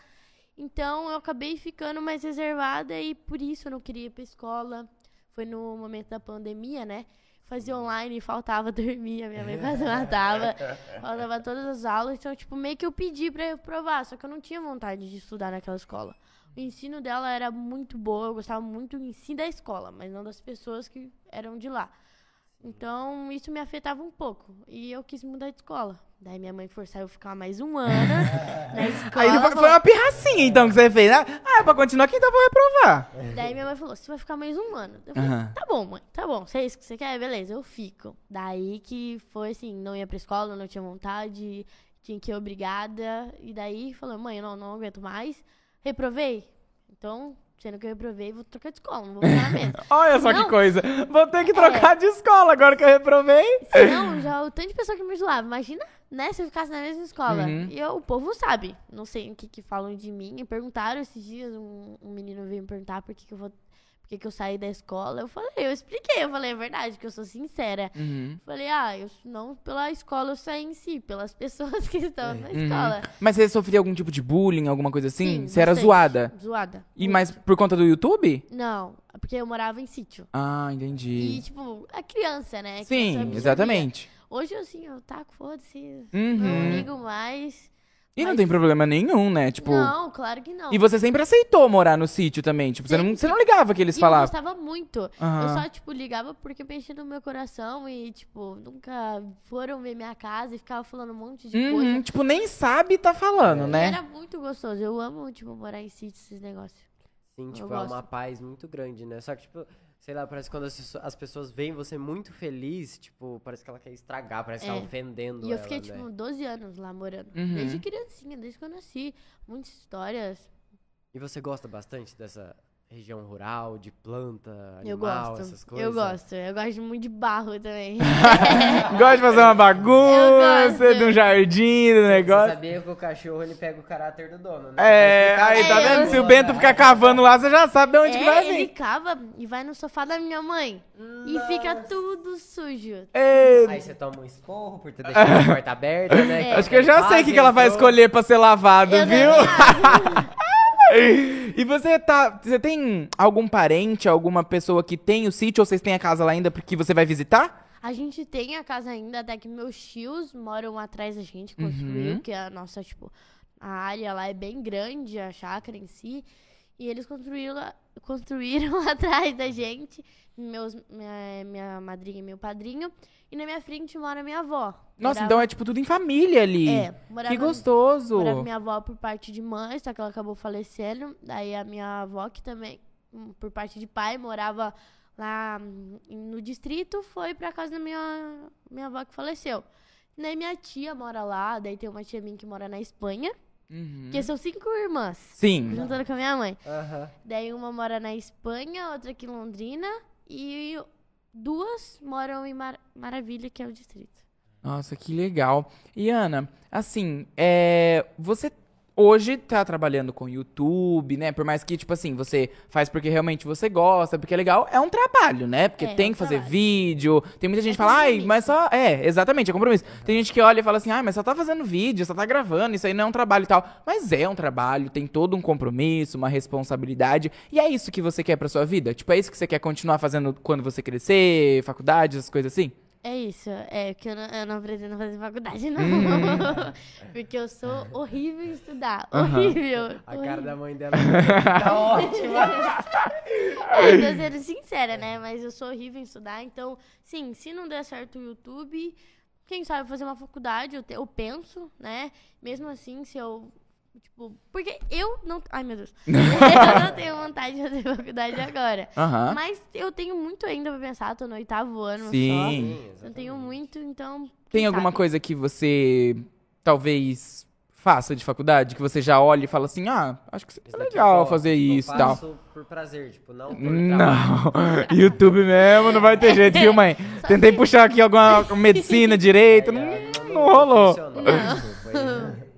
Então eu acabei ficando mais reservada e por isso eu não queria ir pra escola. Foi no momento da pandemia, né? Fazia online e faltava dormir, a minha mãe quase matava. faltava todas as aulas. Então, tipo, meio que eu pedi pra eu provar, só que eu não tinha vontade de estudar naquela escola. O ensino dela era muito boa, eu gostava muito do ensino da escola, mas não das pessoas que eram de lá. Então, isso me afetava um pouco. E eu quis mudar de escola. Daí minha mãe forçou eu ficar mais um ano na escola.
Aí foi,
falou-
foi uma pirracinha, então, que você fez, né? Ah, é pra continuar aqui, então vou reprovar.
Daí minha mãe falou, você vai ficar mais um ano. Eu falei,
Aham.
tá bom, mãe, tá bom. Se é isso que você quer, beleza, eu fico. Daí que foi assim, não ia pra escola, não tinha vontade, tinha que ir obrigada. E daí falou, mãe, não, não aguento mais. Reprovei. Então, sendo que eu reprovei, vou trocar de escola, não vou ficar na mesma.
Olha só que
Não. É.
coisa. Vou ter que trocar de escola agora que eu reprovei.
Senão, já é o tanto de pessoa que me zoava. Imagina, né, se eu ficasse na mesma escola.
Uhum.
E eu- o povo sabe. Não sei o que, que falam de mim. E perguntaram esses dias, um, um menino veio me perguntar por que, que eu vou. Por que, que eu saí da escola? Eu falei, eu expliquei, eu falei, é verdade, que eu sou sincera.
Uhum.
Falei, ah, eu não pela escola eu saí em si, pelas pessoas que estavam na
Uhum.
escola.
Mas você sofria algum tipo de bullying, alguma coisa assim?
Sim,
você era
bastante.
zoada.
Zoada.
E mas por conta do YouTube?
Não, porque eu morava em sítio.
Ah,
E,
entendi.
tipo, a criança, né? A criança
Sim,
absorvia.
exatamente.
Hoje, assim, eu taco, foda-se, não
Uhum.
ligo mais.
E não
mas-
tem problema nenhum, né? Tipo.
Não, claro que não.
E você sempre aceitou morar no sítio também. Tipo, você não, você não ligava que eles
E eu
falavam. Ah.
gostava muito. Eu
Aham.
só, tipo, ligava porque mexia no meu coração e, tipo, nunca foram ver minha casa e ficava falando um monte de coisa.
Uhum, Tipo, nem sabe tá falando,
E
né?
era muito gostoso. Eu amo, tipo, morar em sítio, esses negócios.
Sim,
Eu
tipo, é uma
gosto.
paz muito grande, né? Só que, tipo, sei lá, parece que quando as, pesso- as pessoas veem você muito feliz, tipo, parece que ela quer estragar, parece que
É.
tá ofendendo
E eu
ela,
fiquei,
né?
tipo, 12 anos lá morando.
Uhum.
Desde criancinha, desde que eu nasci. Muitas histórias.
E você gosta bastante dessa região rural, de planta,
eu
animal,
gosto.
essas coisas?
Eu gosto. Eu gosto muito de barro também.
Gosta de fazer uma bagunça,
gosto.
de um jardim, do
Você
negócio.
sabia que o cachorro, ele pega o caráter do dono, né? assim,
É, aí tá
É, eu-
vendo? Se o Bento ficar cavando lá, você já sabe de onde que vai
é, ele
vir.
cava e vai no sofá da minha mãe. E fica tudo sujo.
É,
Aí você toma um esporro por ter deixado a porta aberta, né?
É.
acho que eu já sei o que, que ela vai escolher pra ser lavado,
Eu
viu?
não- Ah,
E você tá. Você tem algum parente, alguma pessoa que tem o sítio ou vocês têm a casa lá ainda porque você vai visitar?
A gente tem a casa ainda, até que meus tios moram atrás da gente, construiu,
Uhum.
que a nossa, tipo, a área lá é bem grande, a chácara em si. E eles construíram, lá- construíram atrás da gente, meus, minha, minha madrinha e meu padrinho. E na minha frente mora minha avó.
Nossa,
Morava-
então é tipo tudo em família ali.
É,
que
morava,
gostoso.
morava minha avó por parte de mãe, só que ela acabou falecendo. Daí a minha avó, que também, hum, por parte de pai, morava lá hum, no distrito, foi pra casa da minha, minha avó que faleceu. Daí minha tia mora lá, daí tem uma tia minha que mora na Espanha,
Uhum.
que são cinco irmãs,
Sim.
juntando com a minha mãe.
Aham.
Daí uma mora na Espanha, outra aqui em Londrina, e duas moram em Mar- Maravilha, que é o distrito.
Nossa, que legal. E Ana, assim, é, você hoje tá trabalhando com YouTube, né? Por mais que, tipo assim, você faz porque realmente você gosta, porque é legal, é um trabalho, né? Porque
É, é
tem
um
que fazer
trabalho.
vídeo. Tem muita gente
É
que fala, ai,
compromisso."
mas só. É, exatamente, é compromisso. Tem gente que olha e fala assim, ai, mas só tá fazendo vídeo, só tá gravando, isso aí não é um trabalho e tal. Mas é um trabalho, tem todo um compromisso, uma responsabilidade. E é isso que você quer pra sua vida? Tipo, é isso que você quer continuar fazendo quando você crescer, faculdade, essas coisas assim?
É isso, é que eu não, eu não pretendo fazer faculdade, não.
Hum.
Porque eu sou horrível em estudar.
Aham.
Horrível.
A
horrível.
cara da mãe dela tá ótima.
É, eu tô sendo sincera, né? Mas eu sou horrível em estudar, então, sim, se não der certo o YouTube, quem sabe fazer uma faculdade, eu, te- eu penso, né? Mesmo assim, se eu. Tipo, porque eu não. Ai, meu Deus. eu não tenho vontade de fazer faculdade agora.
Aham.
Mas eu tenho muito ainda pra pensar, tô no oitavo ano
Sim.
só. Eu tenho muito, então. quem
Tem alguma
sabe?
coisa que você talvez faça de faculdade? Que você já olha e fala assim, ah, acho que seria legal fazer isso e
e
tal.
tipo, por prazer, tipo, não por trabalho.
Não, YouTube mesmo não vai ter jeito, viu, mãe? Tentei puxar aqui alguma medicina, direito, não,
Aí, ó,
não rolou.
Tá funcionou,
É, Não.
desculpa aí.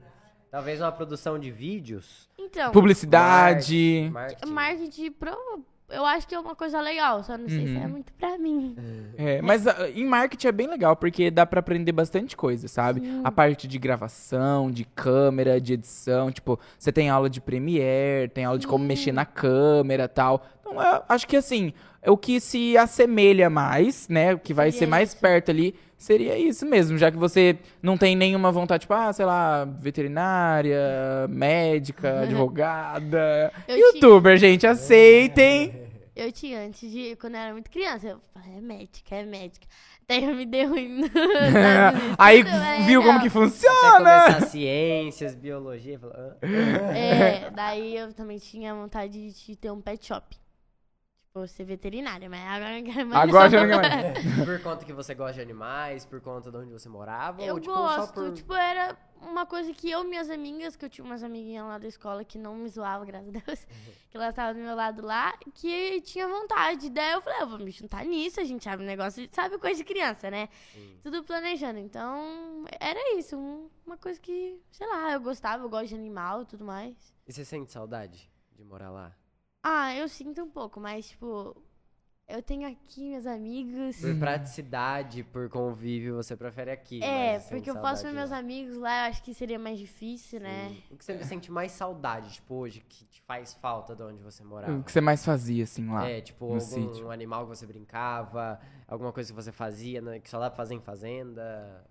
Talvez uma produção de vídeos.
Então.
Publicidade.
Marketing. marketing.
Marketing pro. eu acho que é uma coisa legal, só não sei se é muito pra mim.
Uhum. É, mas ah, em marketing é bem legal, porque dá pra aprender bastante coisa, sabe? A parte de gravação, de câmera, de edição, tipo, você tem aula de Premiere, tem aula de como mexer na câmera tal. Então, eu acho que assim, é o que se assemelha mais, né? O que vai
Seria
ser mais
isso.
perto ali, seria isso mesmo, já que você não tem nenhuma vontade, tipo, ah, sei lá, veterinária, médica, advogada.
Eu
Youtuber, gente, aceitem.
Eu tinha antes de, quando eu era muito criança, eu falei, é médica, é médica. Daí eu me dei ruim.
Aí
é
viu como que
Até
funciona.
começar ciências, biologia, fala, "Hã?"
É, daí eu também tinha vontade de ter um pet shop. Tipo, ser veterinária, mas é agora eu não quero mais.
Agora já não quer mais.
por conta que você gosta de animais, por conta de onde você morava,
Eu
ou tipo, só
gosto.
por...
Tipo, era uma coisa que eu, minhas amigas, que eu tinha umas amiguinhas lá da escola que não me zoavam, graças a Deus,
Uhum.
que elas estavam do meu lado lá, que tinha vontade. Daí eu falei, eu vou me juntar nisso, a gente abre um negócio, sabe coisa de criança, né? Tudo planejando. Então, era isso. um- uma coisa que, sei lá, eu gostava, eu gosto de animal e tudo mais.
E você sente saudade de morar lá?
Ah, eu sinto um pouco, mas, tipo, eu tenho aqui meus amigos.
Hum.
Por praticidade, por convívio, você prefere aqui.
É,
mas você sente
porque eu posso ver
saudade
meus
lá.
amigos lá, eu acho que seria mais difícil, né?
Sim. O que você sente mais saudade, tipo, hoje, que te faz falta de onde você
É. O
morava?
que você mais fazia, assim, lá?
É, tipo,
no
algum
sítio.
animal que você brincava, alguma coisa que você fazia, né, que só dá pra fazer em fazenda.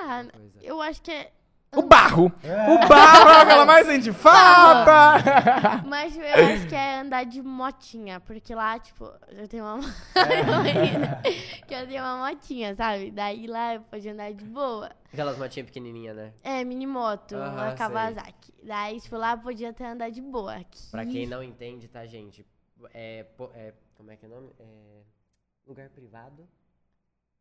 Ah,
alguma coisa.
eu acho que é.
O barro! O barro é o que ela mais sente
Ah.
falta!
Mas eu acho que é andar de motinha, porque lá, tipo, eu tenho uma.
É.
que eu tenho uma motinha, sabe? Daí lá eu podia andar de boa.
Aquelas motinhas pequenininhas, né?
É, mini moto,
Aham,
uma
sei.
Kawasaki. Daí, tipo, lá eu podia até andar de boa. Aqui,
Pra quem não entende, tá, gente? É, po- é- como é que é o nome? É, lugar privado.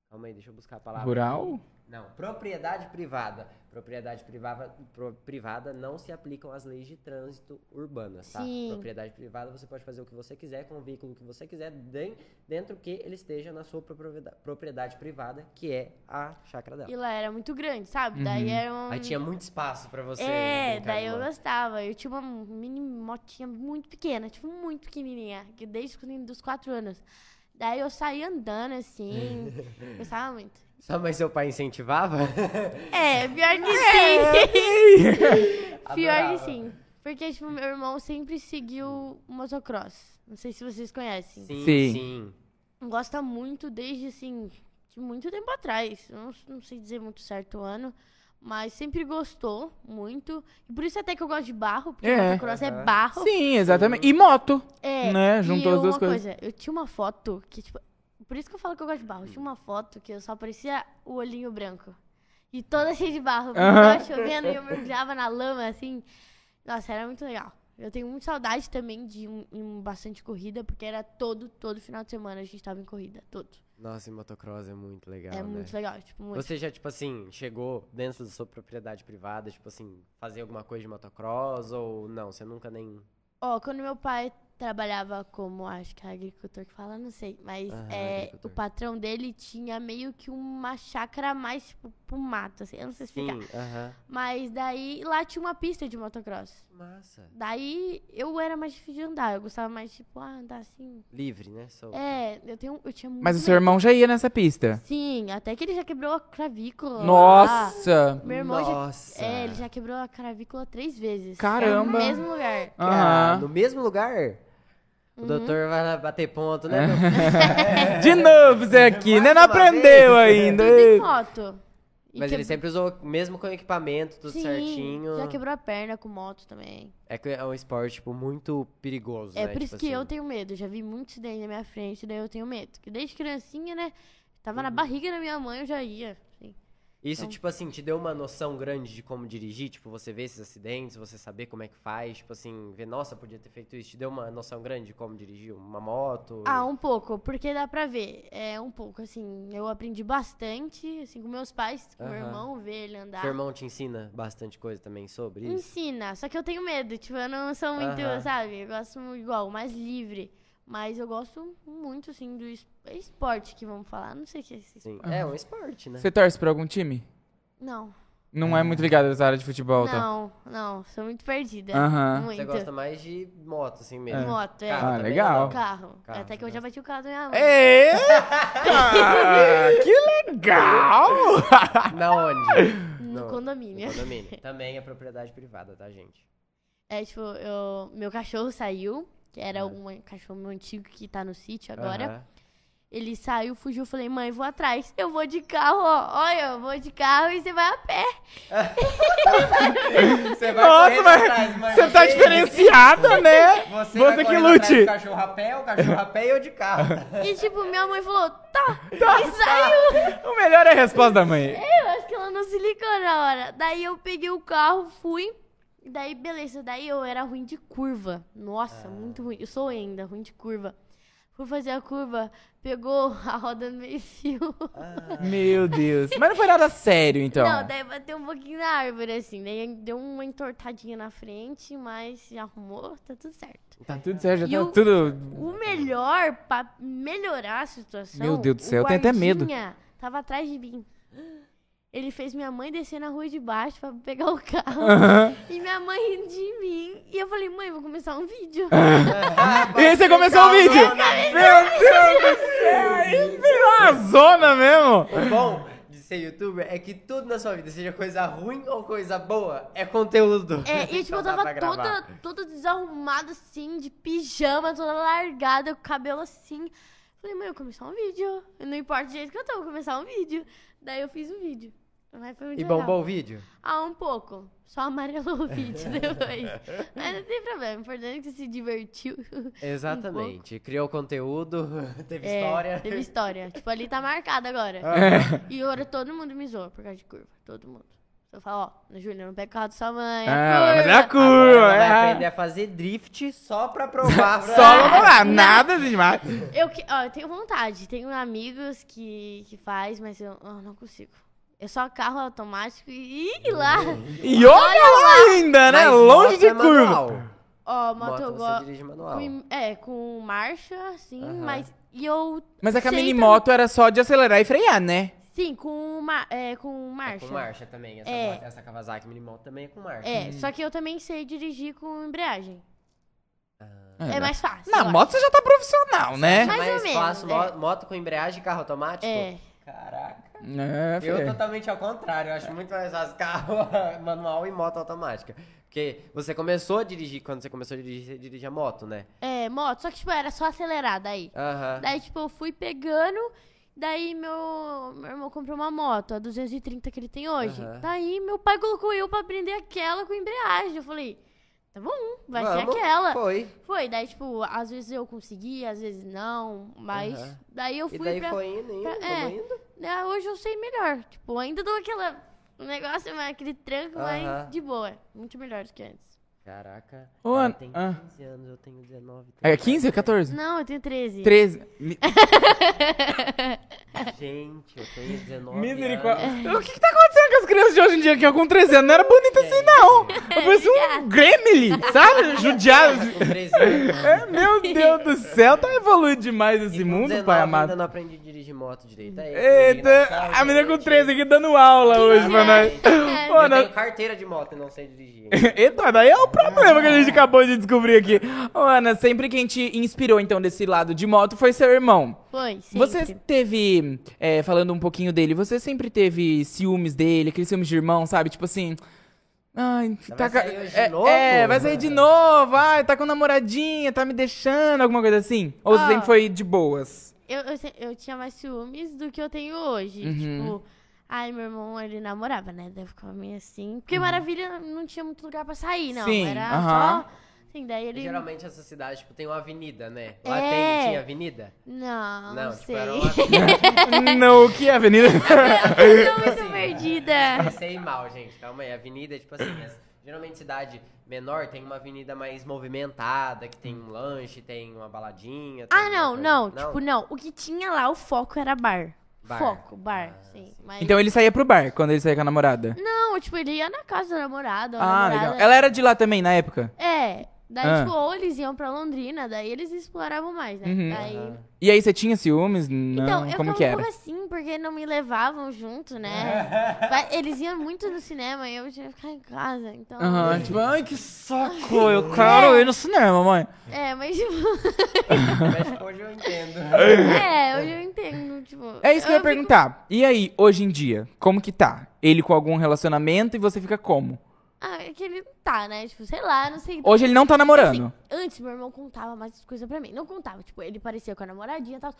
Calma aí, deixa eu buscar a palavra.
Rural?
Não, propriedade privada. Propriedade privada, pro- privada não se aplicam às leis de trânsito urbanas, tá?
Sim.
Propriedade privada você pode fazer o que você quiser com o veículo que você quiser, den- dentro que ele esteja na sua propriedade, propriedade privada, que é a chácara dela.
E lá era muito grande, sabe? Daí era um.
Uhum. Aí tinha muito espaço pra você. né,
É,
brincar
daí
de
eu
moto.
gostava. Eu tinha uma mini motinha muito pequena, tipo, muito pequenininha, que desde quando dos quatro anos. Daí eu saía andando assim, gostava muito.
Só mas seu pai incentivava?
É, pior que sim. pior
É, Adorava.
que sim. Porque, tipo, meu irmão sempre seguiu o motocross. Não sei se vocês conhecem.
Sim,
Sim.
sim.
Gosta muito desde, assim, de muito tempo atrás. Eu Não, não sei dizer muito certo o ano. Mas sempre gostou muito. E por isso até que eu gosto de barro, porque
É.
motocross é
Aham.
barro.
Sim, exatamente. E moto.
É,
Né?
e
Juntou as duas
uma
coisas.
coisa, eu tinha uma foto que, tipo, por isso que eu falo que eu gosto de barro. Eu tinha uma foto que eu só parecia o olhinho branco. E toda cheia de barro. Porque
Aham.
tava chovendo e eu mergulhava na lama, assim. Nossa, era muito legal. Eu tenho muita saudade também de um, um bastante corrida, porque era todo, todo final de semana a gente tava em corrida. Todo.
Nossa, e motocross é muito legal,
é
né?
muito legal, tipo, muito.
Você já, tipo assim, chegou dentro da sua propriedade privada, tipo assim, fazer alguma coisa de motocross ou não? Você nunca nem.
Ó, quando meu pai trabalhava como, acho que é agricultor que fala, não sei, mas
Aham,
é, o
agricultor.
patrão dele tinha meio que uma chácara mais tipo, pro mato, assim, eu não sei explicar.
aham.
Mas daí lá tinha uma pista de motocross.
Massa.
Daí eu era mais difícil de andar, eu gostava mais tipo, ah, andar assim.
Livre, né? Sou...
É, eu tenho, eu tinha muito
Mas o seu
medo.
irmão é? já ia nessa pista.
Sim, até que ele já quebrou a clavícula. lá.
Nossa!
Meu irmão já
Nossa.
é, ele já quebrou a clavícula três vezes. É
Caramba.
No mesmo lugar.
Ah,
Aham.
no mesmo lugar? O
Uhum.
doutor vai lá bater ponto, né? meu filho?
De novo, Zé aqui, né? Não
Mais uma
aprendeu
vez.
ainda. é
Tudo em moto. E
Mas ele
quebrou-
sempre usou, mesmo com o equipamento, tudo
Sim,
certinho.
Já quebrou a perna com moto também.
É que é um esporte, tipo, muito perigoso.
É
né?
por
Tipo
isso que eu
assim.
tenho medo. Já vi muito acidente na minha frente, daí eu tenho medo. Que desde criancinha, né? Tava
Uhum.
na barriga da minha mãe, eu já ia. assim.
Isso, tipo assim, te deu uma noção grande de como dirigir? Tipo, você vê esses acidentes, você saber como é que faz, tipo assim, ver, nossa, podia ter feito isso. Te deu uma noção grande de como dirigir uma moto?
Ah, um pouco, porque dá pra ver. É um pouco, assim, eu aprendi bastante, assim, com meus pais, com meu
Aham.
irmão, ver ele andar.
Seu irmão te ensina bastante coisa também sobre isso?
Ensina, só que eu tenho medo, tipo, eu não sou muito,
Aham.
sabe? Eu gosto mu- igual, mais livre. Mas eu gosto muito, assim, do es- esporte que vamos falar. Não sei o que é esse
Sim.
esporte.
É um esporte, né?
Você torce pra algum time?
Não.
Não é muito ligado nessa área de futebol, tá?
Não, não, sou muito
Ah,
perdida.
Aham.
Muito.
Você gosta mais de moto, assim mesmo.
Moto, é.
Carro
Ah,
também,
legal. É.
não?
Carro.
Carro,
Até que eu
você
já bati o carro da minha mãe.
Eita! que legal!
Na onde?
no
não.
condomínio.
No condomínio. Também é propriedade privada, tá, gente?
É, tipo, eu, meu cachorro saiu, que era um cachorro meu antigo que tá no sítio agora.
É. Aham.
Ele saiu, fugiu, eu falei, mãe, vou atrás. Eu vou de carro, ó. Olha, eu vou de carro e você vai a pé.
Você vai
Nossa,
correndo atrás,
mas
mas
você tá
você-
diferenciada, né?
Você,
Você
vai
que
correndo atrás
lute.
do cachorro a pé, o cachorro a pé e eu de carro.
E tipo, minha mãe falou, tá, e saiu.
O melhor é a resposta da mãe.
Eu acho que ela não se ligou na hora. Daí eu peguei o carro, fui. Daí, beleza, daí eu era ruim de curva. Nossa,
Ah.
muito ruim. Eu sou ainda ruim de curva. Fui fazer a curva, pegou a roda no meio fio.
Meu Deus. Mas não foi nada sério, então.
Não, daí bateu um pouquinho na árvore, assim. Daí deu uma entortadinha na frente, mas se arrumou, tá tudo certo.
Tá tudo certo,
E
já tá
o-
tudo.
O melhor, pra melhorar a situação...
Meu Deus do
o
céu, eu tenho até medo.
guardinha tava atrás de mim. Ele fez minha mãe descer na rua de baixo pra pegar o carro.
Aham.
E minha mãe rindo de mim. E eu falei, mãe, vou começar um vídeo.
E aí você começou o vídeo! Meu Deus do céu! Aí virou uma zona mesmo!
O é bom de ser youtuber é que tudo na sua vida, seja coisa ruim ou coisa boa, é conteúdo.
É, e tipo, eu
Então dá
tava
pra gravar.
toda, toda desarrumada, assim, de pijama, toda largada, o cabelo assim. Falei, mãe, eu vou começar um vídeo. Não importa o jeito que eu tô, eu vou começar um vídeo. Daí eu fiz um vídeo. Mas foi muito
E
legal.
bombou o vídeo?
Ah, um pouco. Só amarelou o vídeo depois. Mas não tem problema, o importante é que você se divertiu.
Exatamente. Criou conteúdo, teve
É,
história. Ah.
Teve história. tipo, ali tá marcado agora.
É.
E agora todo mundo me zoa por causa de curva. Todo mundo. Eu falo, ó, Júlia, não pega o carro da sua mãe.
Ah, mas é a
curva.
Agora ela vai
curva!
aprender
é.
a fazer drift só pra provar.
Só vamos lá, nada demais.
Eu, que- ó, eu tenho vontade. Tenho amigos que, que faz, mas eu, eu não consigo. É só carro automático e e lá.
E olha lá ainda, né?
Mas
Longe
moto
de
é manual.
curva.
Ó, moto
Moto
eu
você
gosto.
dirige manual.
É, com marcha, assim,
Aham.
mas. E eu.
Mas é aquela
sei
mini moto era só de acelerar e frear, né?
tam- Sim, com, uma, é, com
É
marcha.
com marcha também. Essa,
É.
moto- essa Kawasaki mini moto também é com marcha.
Uhum. Hum.
É, só que eu também sei dirigir com embreagem. É,
né?
mais fácil.
Na
eu
moto você já tá profissional, né?
É
Mais
mais
ou menos,
fácil,
é.
mo- moto com embreagem e carro automático?
É.
Caraca.
É,
Eu
filho.
totalmente ao contrário, eu acho muito mais fácil carro manual e moto automática. Porque você começou a dirigir, quando você começou a dirigir, você dirigia moto, né?
É, moto, só que tipo, era só acelerada aí.
Aham.
Daí, tipo, eu fui pegando. Daí, meu, meu irmão comprou uma moto, a 230 que ele tem hoje.
Aham.
Daí, meu pai colocou eu pra aprender aquela com embreagem. Eu falei, tá bom, vai
Vamos,
ser aquela. Foi.
Foi.
Daí, tipo, às vezes eu consegui, às vezes não. Mas
Aham.
daí eu fui
E daí
pra...
foi indo, indo,
pra- é.
indo.
né, hoje eu sei melhor. Tipo, ainda dou aquela... um negócio, mas aquele tranco,
Aham.
mas de boa. Muito melhor do que antes.
Caraca.
Ô,
ela
Ana-
tem
ah.
15 anos, eu tenho 19.
É 15 ou 14?
Não, eu tenho 13.
13. Mi-
13. Gente, eu tenho 19.
Misericórdia.
anos.
O que, que tá acontecendo com as crianças de hoje em dia que eu com 13 anos? Não era bonita
É.
assim, não. Eu parecia um gremlin, sabe? Judiado.
Com 13 anos.
É, meu Deus do céu, tá evoluindo demais esse
Com
mundo,
19
pai
ainda
amado.
não aprendi a dirigir moto direito. É Aí,
Eita,
dinossauro,
a menina com
gente.
13 aqui dando aula hoje pra nós.
É.
Ô,
Eu
nós-
tenho carteira de moto e não sei dirigir.
Eita, daí é o problema que a gente acabou de descobrir aqui. Ô, Ana, sempre quem te inspirou, então, desse lado de moto foi seu irmão.
Foi, sempre.
Você teve, é, falando um pouquinho dele, você sempre teve ciúmes dele, aqueles ciúmes de irmão, sabe? Tipo assim. Ai, tá ca-
sair hoje de
é,
novo?
é, vai sair de novo, ai, tá com namoradinha, tá me deixando, alguma coisa assim. Ou você
Ó.
sempre foi de boas?
eu, eu, se- eu tinha mais ciúmes do que eu tenho hoje.
Uhum.
Tipo, ai, meu irmão, ele namorava, né? Deve ficar meio assim. Porque Maravilha não tinha muito lugar pra sair, não.
Uhum. Sim,
Era
aham.
só. Assim, daí ele.
Geralmente essa cidade, tipo, tem uma avenida, né? Lá
É.
tem, tinha avenida?
Não, não,
não, tipo,
sei.
era
eu
uma avenida.
Não, o que é, avenida?
tô muito
assim.
perdida.
Pensei mal, gente. Calma aí. Avenida, tipo assim, as- geralmente cidade menor tem uma avenida mais movimentada, que tem um lanche, tem uma baladinha. tem
Ah, não,
uma
não,
coisa-
Tipo, não. O que tinha lá, o foco era bar.
Bar.
Foco, bar,
Ah,
sim.
sim.
Mas...
então ele saía pro bar quando ele saía com a namorada.
Não, tipo, ele ia na casa da namorada. ou
ah,
namorada.
legal. Ela era de lá também na época?
É. Daí,
Ah.
tipo, ou eles iam pra Londrina, daí eles exploravam mais, né?
Uhum.
Daí...
E aí você tinha ciúmes? Não,
Então, eu
como
ficava
que
um
era?
pouco assim, porque não me levavam junto, né? Vai- Eles iam muito no cinema e eu tinha que ficar em casa, então...
Aham, tipo, ai que saco, eu quero ir no cinema, mãe.
É, mas tipo...
Mas tipo, hoje eu entendo.
é, hoje eu entendo, tipo...
É isso que eu ia
fico-
perguntar. E aí, hoje em dia, como que tá? Ele com algum relacionamento e você fica como?
Ah, é que ele tá, né? Tipo, sei lá, não sei...
Hoje ele não tá namorando.
Antes, meu irmão contava mais coisa pra mim. Não contava, tipo, ele parecia com a namoradinha e tal.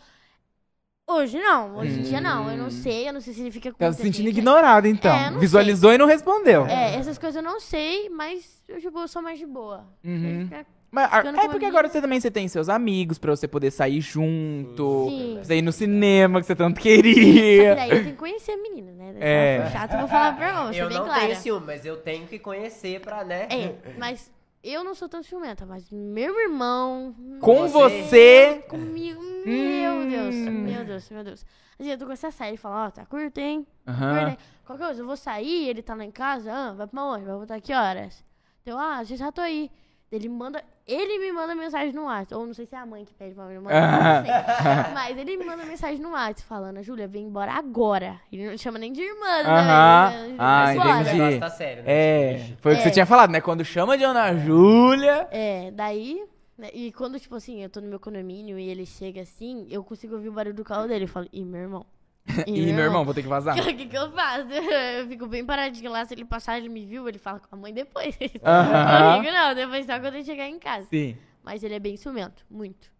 Hoje não, hoje em dia não. Eu não sei, eu não sei se ele fica com
Hum. Tá se
muita
sentindo
gente.
ignorado, então.
É, eu não
Visualizou e não respondeu.
É, essas coisas eu não sei, mas eu, tipo, eu sou mais de boa.
Uhum.
Fica-
Mas, a-
Ficando
é
com
porque
amigo.
agora você também você tem seus amigos pra você poder sair junto.
Sim.
Pra você ir no cinema que você tanto
Só que
queria.
daí eu tenho que conhecer a menina, né? Daí
É.
ela for chata, eu vou falar pra irmão, vou ser
Eu
bem
não
clara.
tenho ciúme, mas eu tenho que conhecer pra, né?
É, mas eu não sou tão ciumenta, mas meu irmão...
Com
você.
você.
Comigo,
Hum.
meu Deus, meu Deus, meu Deus. Assim, eu tô com essa saia e falo, ó, tá curto, hein?
Aham.
Acordei. né? Qualquer coisa, eu vou sair, ele tá lá em casa, ah, vai pra onde? Vai voltar que horas? Então, ah, já já tô aí. Ele manda, ele me manda mensagem no WhatsApp, ou não sei se é a mãe que pede pra mim mandar, não sei. Mas ele me manda mensagem no WhatsApp falando, Júlia, vem embora agora. Ele não chama nem de irmã, né?
Aham.
Ele manda,
Ah,
Mas
"Vem embora."
O
entendi.
negócio tá sério, né?
É, foi o que você
É.
tinha falado, né? Quando chama de Ana Júlia.
É, daí, né, e quando, tipo assim, eu tô no meu condomínio e ele chega assim, eu consigo ouvir o barulho do carro dele, eu falo, ih, meu irmão.
Ih, meu irmão, vou ter que vazar.
Tá.
O que, que eu faço? Eu fico bem paradinha lá. Se ele passar, ele me viu, ele fala com a mãe depois.
Aham.
Comigo não, depois só quando ele chegar em casa.
Sim.
Mas ele é bem ciumento, muito.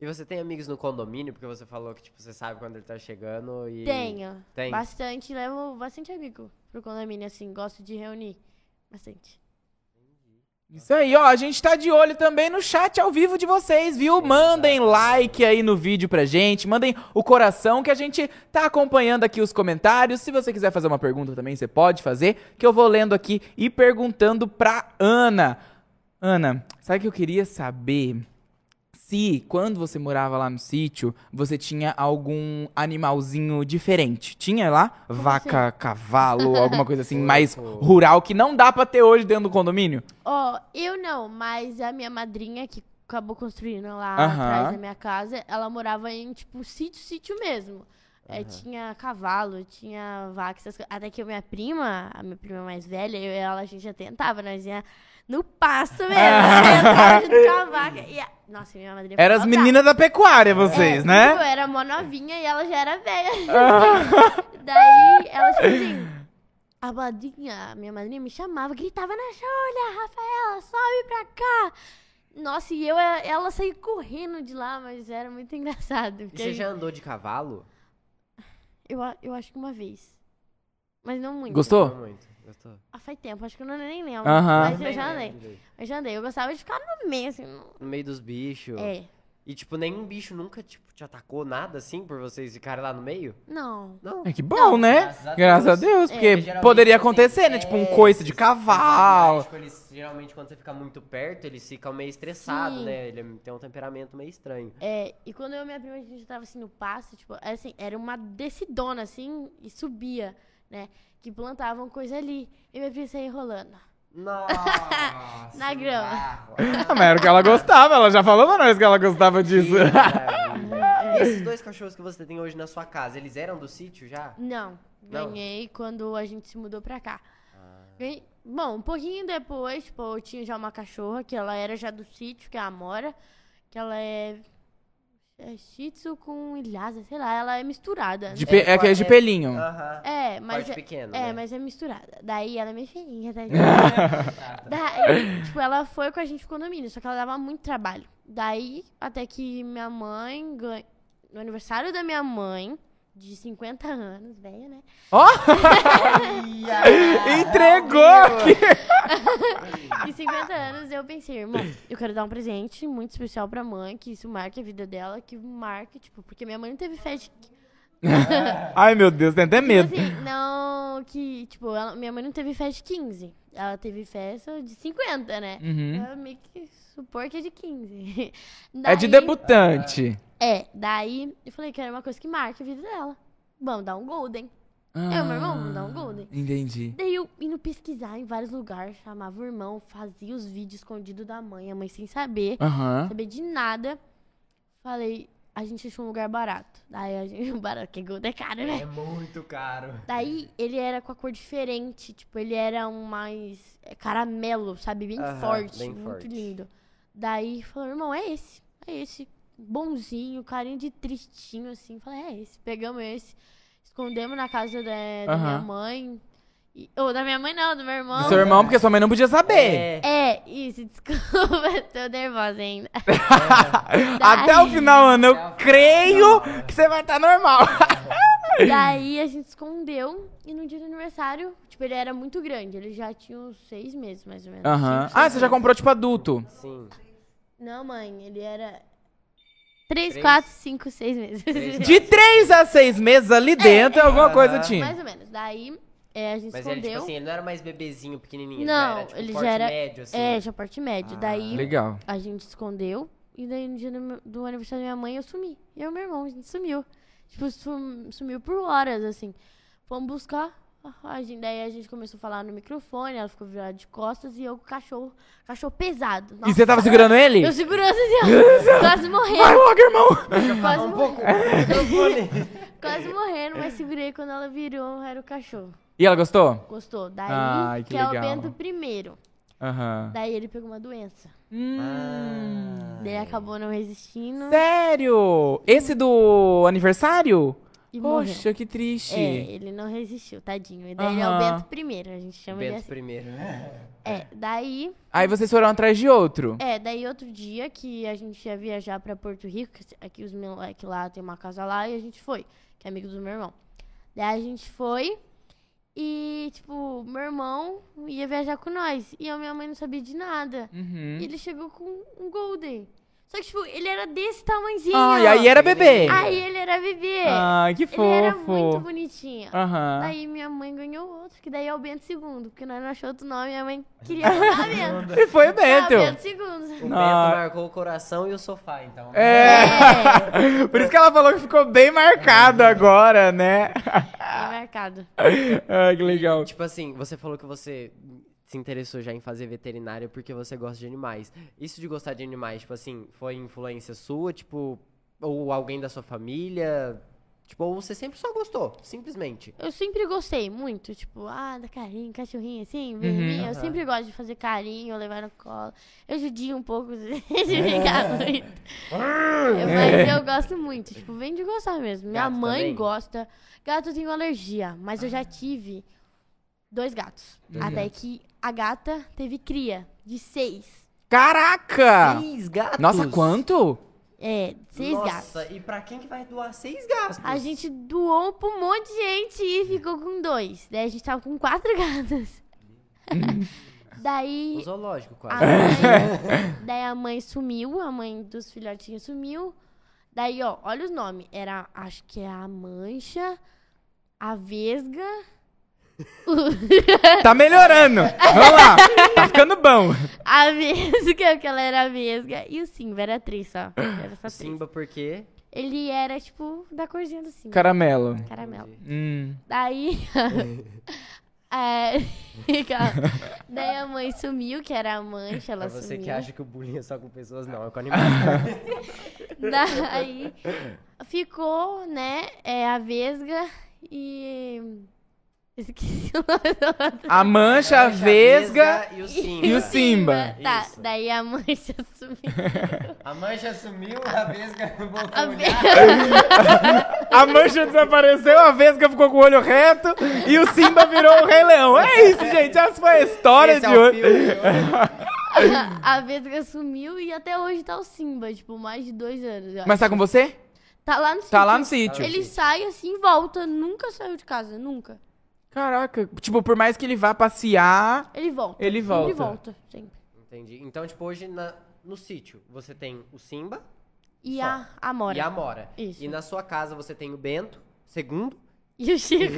E você tem amigos no condomínio? Porque você falou que, tipo, você sabe quando ele tá chegando e...
Tenho.
Tem?
Bastante, levo bastante amigo pro condomínio, assim, gosto de reunir. Bastante.
Isso aí, ó, a gente tá de olho também no chat ao vivo de vocês, viu? Mandem like aí no vídeo pra gente, mandem o coração que a gente tá acompanhando aqui os comentários. Se você quiser fazer uma pergunta também, você pode fazer, que eu vou lendo aqui e perguntando pra Ana. Ana, sabe o que eu queria saber? Se quando você morava lá no sítio, você tinha algum animalzinho diferente. Tinha lá vaca, cavalo, alguma coisa assim mais
Porco.
rural que não dá pra ter hoje dentro do condomínio?
Ó, eu não, mas a minha madrinha que acabou construindo lá
Aham.
atrás da minha casa, ela morava em, tipo, sítio, sítio mesmo. É, tinha cavalo, tinha vaca, essas coisas. Até que a minha prima, a minha prima mais velha, eu e ela, a gente já tentava, nós ia no pasto mesmo. né, tentava junto com a vaca. E a- Nossa, minha madrinha foi
Ah. Eram as
maldade.
meninas da pecuária,
É,
vocês,
Eu
né?
era mó novinha e ela já era velha. Daí ela tipo assim. A madrinha, a minha madrinha me chamava, gritava na Júlia, Rafaela, sobe pra cá. Nossa, e eu, ela saí correndo de lá, mas era muito engraçado.
E
Porque
você já andou de cavalo?
eu, a- eu acho que uma vez. Mas não muito.
Não
Gostou?
muito. Gostou?
Ah, faz tempo, acho que eu não, nem lembro.
Aham.
Mas eu
Nem
já andei.
lembro direito.
Eu já andei. Eu gostava de ficar no meio, assim. no-
No meio dos bichos.
É.
E, tipo, nenhum bicho nunca, tipo, te atacou nada, assim, por vocês ficarem lá no meio?
Não.
Não.
É que bom, né?
graças a
Graças a
Deus.
Deus,
É,
porque
geralmente,
poderia
assim,
acontecer, né? Tipo, um
é,
coice de
esses
cavalo.
animais, tipo, eles, geralmente, quando você fica muito perto, eles ficam meio estressados,
Sim.
né? Ele tem um temperamento meio estranho.
É, e quando eu e minha prima, a gente tava assim no pasto, tipo, assim, era uma descidona, assim, e subia, né? Que plantavam coisa ali. E minha prima é saía enrolando.
Nossa!
Na grama.
grama.
Ah, mas era o que ela gostava, ela já falou pra nós que ela gostava disso.
E esses dois cachorros que você tem hoje na sua casa, eles eram do sítio já?
Não,
Não.
ganhei quando a gente se mudou pra cá. Ganhei- Bom, um pouquinho depois, tipo, eu tinha já uma cachorra, que ela era já do sítio, que é a Amora, que ela é. É shih tzu com ilhasa, sei lá, ela é misturada.
De
né?
pe- é aquele de
é-
pelinho.
Aham.
É, mas.
Porte
é-
pequeno,
É,
né?
mas é misturada. Daí ela é meio feinha, tá? Daí, tipo, ela foi com a gente pro condomínio, só que ela dava muito trabalho. Daí, até que minha mãe ganha. No aniversário da minha mãe, de 50 anos, velha, né?
Ó,
ah, Ia!
entregou aqui.
De 50 anos, eu pensei, irmão, eu quero dar um presente muito especial pra mãe, que isso marque a vida dela, que marque, tipo, porque minha mãe não teve fé de
Ai, meu Deus, tem até
Tipo
medo.
assim, não, que, tipo, ela- minha mãe não teve festa de 15. Ela teve festa de 50, né?
Uhum.
Ela meio que supor que é de 15.
É de
Daí-
debutante.
É, daí eu falei que era uma coisa que marca a vida dela. Vamos dar um golden. É, meu irmão,
Ah.
me dá um golden.
Entendi.
Daí eu indo pesquisar em vários lugares, chamava o irmão, fazia os vídeos escondidos da mãe, a mãe sem saber,
Aham.
saber de nada. Falei, a gente achou um lugar barato. Daí a gente, barato, que golden é caro, né?
É muito caro.
Daí ele era com a cor diferente, tipo, ele era um mais é, caramelo, sabe? Bem
Aham,
forte,
bem
muito
forte.
lindo. Daí falou, irmão, é esse, é esse. Bonzinho, carinho de tristinho, assim. Falei, é esse. Pegamos esse, escondemos na casa da, da minha
Aham.
mãe. E, ou da minha mãe não, do meu irmão.
Do seu irmão, porque sua mãe não podia saber.
É,
É, isso, desculpa, tô nervosa ainda.
Ah, Até o final,
Até
Ana,
o final.
eu creio que você vai estar normal.
Daí a gente escondeu e no dia do aniversário, tipo, ele era muito grande, ele já tinha uns seis meses, mais ou menos.
Aham.
cinco,
Ah,
seis
você já comprou tipo adulto.
sim.
Não, mãe, ele era. 3,
Três?
4, 5, 6 meses. Tipo,
Três,
De três a seis meses
É,
ali dentro, alguma coisa
Aham.
tinha.
Mais ou menos. Daí é, a gente
Mas ele,
escondeu.
tipo assim, ele não era mais bebezinho, pequenininho.
não,
ele já era, tipo,
ele
porte
já era.
médio, assim.
É, já parte média.
Ah,
daí
Legal.
a gente escondeu. E daí no dia do, meu- do aniversário da minha mãe eu sumi. Eu e meu irmão, a gente sumiu. Tipo, sum- sumiu por horas, assim. Fomos buscar. A gente, daí a gente começou a falar no microfone, ela ficou virada de costas e eu com o cachorro, cachorro pesado.
E
Nossa,
você tava segurando ele?
eu segurança assim, ó, quase
Vai
morrendo,
logo, irmão!
quase
Um
morrendo.
pouco. microfone.
É.
Quase morrendo, mas segurei quando ela virou, era o cachorro.
E ela gostou?
Gostou. Daí,
Ai, que
que, é o
legal.
Bento primeiro.
Aham.
Daí ele pegou uma doença.
Hum.
Daí acabou não resistindo
Sério? Esse do aniversário?
e morreu.
Poxa, que triste.
É, ele não resistiu, tadinho. E daí ele é o
Aham.
Bento primeiro, a gente chama ele
Bento
assim.
primeiro.
É, daí,
Aí vocês foram atrás de outro.
é, daí outro dia que a gente ia viajar pra Porto Rico, que se- aqui os meu, é que lá tem uma casa lá e a gente foi, que é amigo do meu irmão. Daí a gente foi e tipo, meu irmão ia viajar com nós e eu e minha mãe não sabia de nada.
Uhum.
E ele chegou com um golden. Só que, tipo, ele era desse tamanhozinho.
Ah, e aí era bebê.
Aí ele era bebê.
Ai, que
ele era muito
fofo.
bonitinho.
Aham.
Aí minha mãe ganhou outro, que daí é o Bento II. Porque nós não achou outro nome, minha mãe queria botar Bento.
E foi
Ah,
Bento.
Bento II.
O Bento
Não.
marcou o coração e o sofá, então.
É. Por isso que ela falou que ficou bem marcado agora, né?
Bem marcado.
Ai, que legal.
Tipo assim, você falou que você se interessou já em fazer veterinária porque você gosta de animais. Isso de gostar de animais, tipo assim, foi influência sua, tipo, ou alguém da sua família? Tipo, ou você sempre só gostou, simplesmente.
Eu sempre gostei muito, tipo, ah, da carinho, cachorrinho assim, vermelhinho. Eu
Uhum. Aham.
sempre gosto de fazer carinho, levar no colo. Eu judio um pouco de
É.
brincar muito. Eu- mas eu gosto muito, tipo, vem de gostar mesmo. Minha
Ah, Gato
mãe
também? Ah.
gosta. Gato eu tenho alergia, mas eu já tive dois gatos.
Dois
até
gatos.
que a gata teve cria de seis.
Caraca!
Seis gatos!
Ah. Nossa, quanto?
É, seis
Nossa,
gatos.
e pra quem que vai doar seis gatos?
A gente doou pra um monte de gente e ficou com dois. Daí a gente tava com quatro gatas. Daí
O zoológico,
A
quase.
mãe, daí a mãe sumiu, a mãe dos filhotinhos sumiu. Daí, ó, olha os nomes. Era, acho que é a mancha, a vesga.
Tá melhorando. Vamos lá. Tá ficando bom.
A vesga, porque ela era a vesga. E o Simba, era três só. Era só três.
Simba, por quê?
Ele era, tipo, da corzinha do Simba.
Caramelo.
Caramelo.
Hum.
Daí. é, calma. daí a mãe sumiu, que era a mancha, ela
pra você
sumiu.
que acha que o bullying é só com pessoas, não, é com animais.
Daí ficou, né, é, a Vesga e. Esqueci o nome da outra.
A mancha, a vesga.
e o Simba.
E o Simba.
Tá,
Isso.
daí a mancha sumiu.
A mancha sumiu, a vesga voltou
A
a olhar.
vesga,
A mancha desapareceu, a vesga ficou com o olho reto e o Simba virou o Rei Leão. É isso, gente. Essa foi a história
Esse é
de
o
hoje.
filme de hoje.
a Vesga sumiu e até hoje tá o Simba, tipo, mais de dois anos. eu
Mas tá
acho.
com você?
Tá lá no sítio.
Tá lá no sítio.
Ele sai assim e volta, nunca saiu de casa, nunca.
Caraca. Tipo, por mais que ele vá passear.
Ele volta.
Ele
Ele
volta.
volta, sempre.
Entendi. Então, tipo, hoje na- no sítio você tem o Simba
E
Só.
a Amora.
e a Mora.
Isso.
E na sua casa você tem o Bento, segundo,
E o Chico.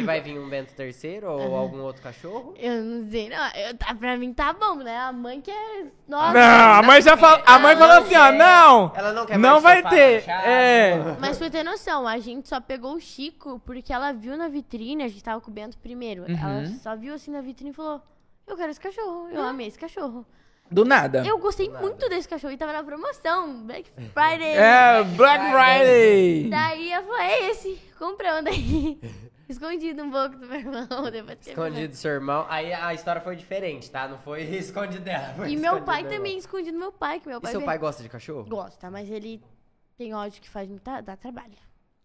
E vai vir um Bento terceiro ou algum outro cachorro?
Eu não sei, não. Eu, tá, pra mim tá bom, né? A mãe que é. Nossa.
Não, a mãe já falou. A mãe
Não,
falou assim, ó,
gente.
não!
Ela não quer
Não
mais
vai
sofá
ter.
fechado.
É.
Mas pra ter noção, a gente só pegou o Chico porque ela viu na vitrine, a gente tava com o Bento primeiro. Ela
Uhum.
só viu assim na vitrine e falou: Eu quero esse cachorro, eu amei esse cachorro.
Do
É.
nada.
Eu gostei muito desse cachorro e tava na promoção, Black Friday.
É, Black Friday!
Daí eu falei: É esse, comprando aí. Escondido um pouco do meu irmão, depois que
É Escondido do seu irmão. Aí a história foi diferente, tá? Não foi escondido dela. foi
E meu
escondido
pai
do
também,
irmão.
escondido meu pai, que meu
E
pai.
seu
vê-
pai gosta de cachorro?
Gosta, mas ele tem ódio que faz muita, dá trabalho.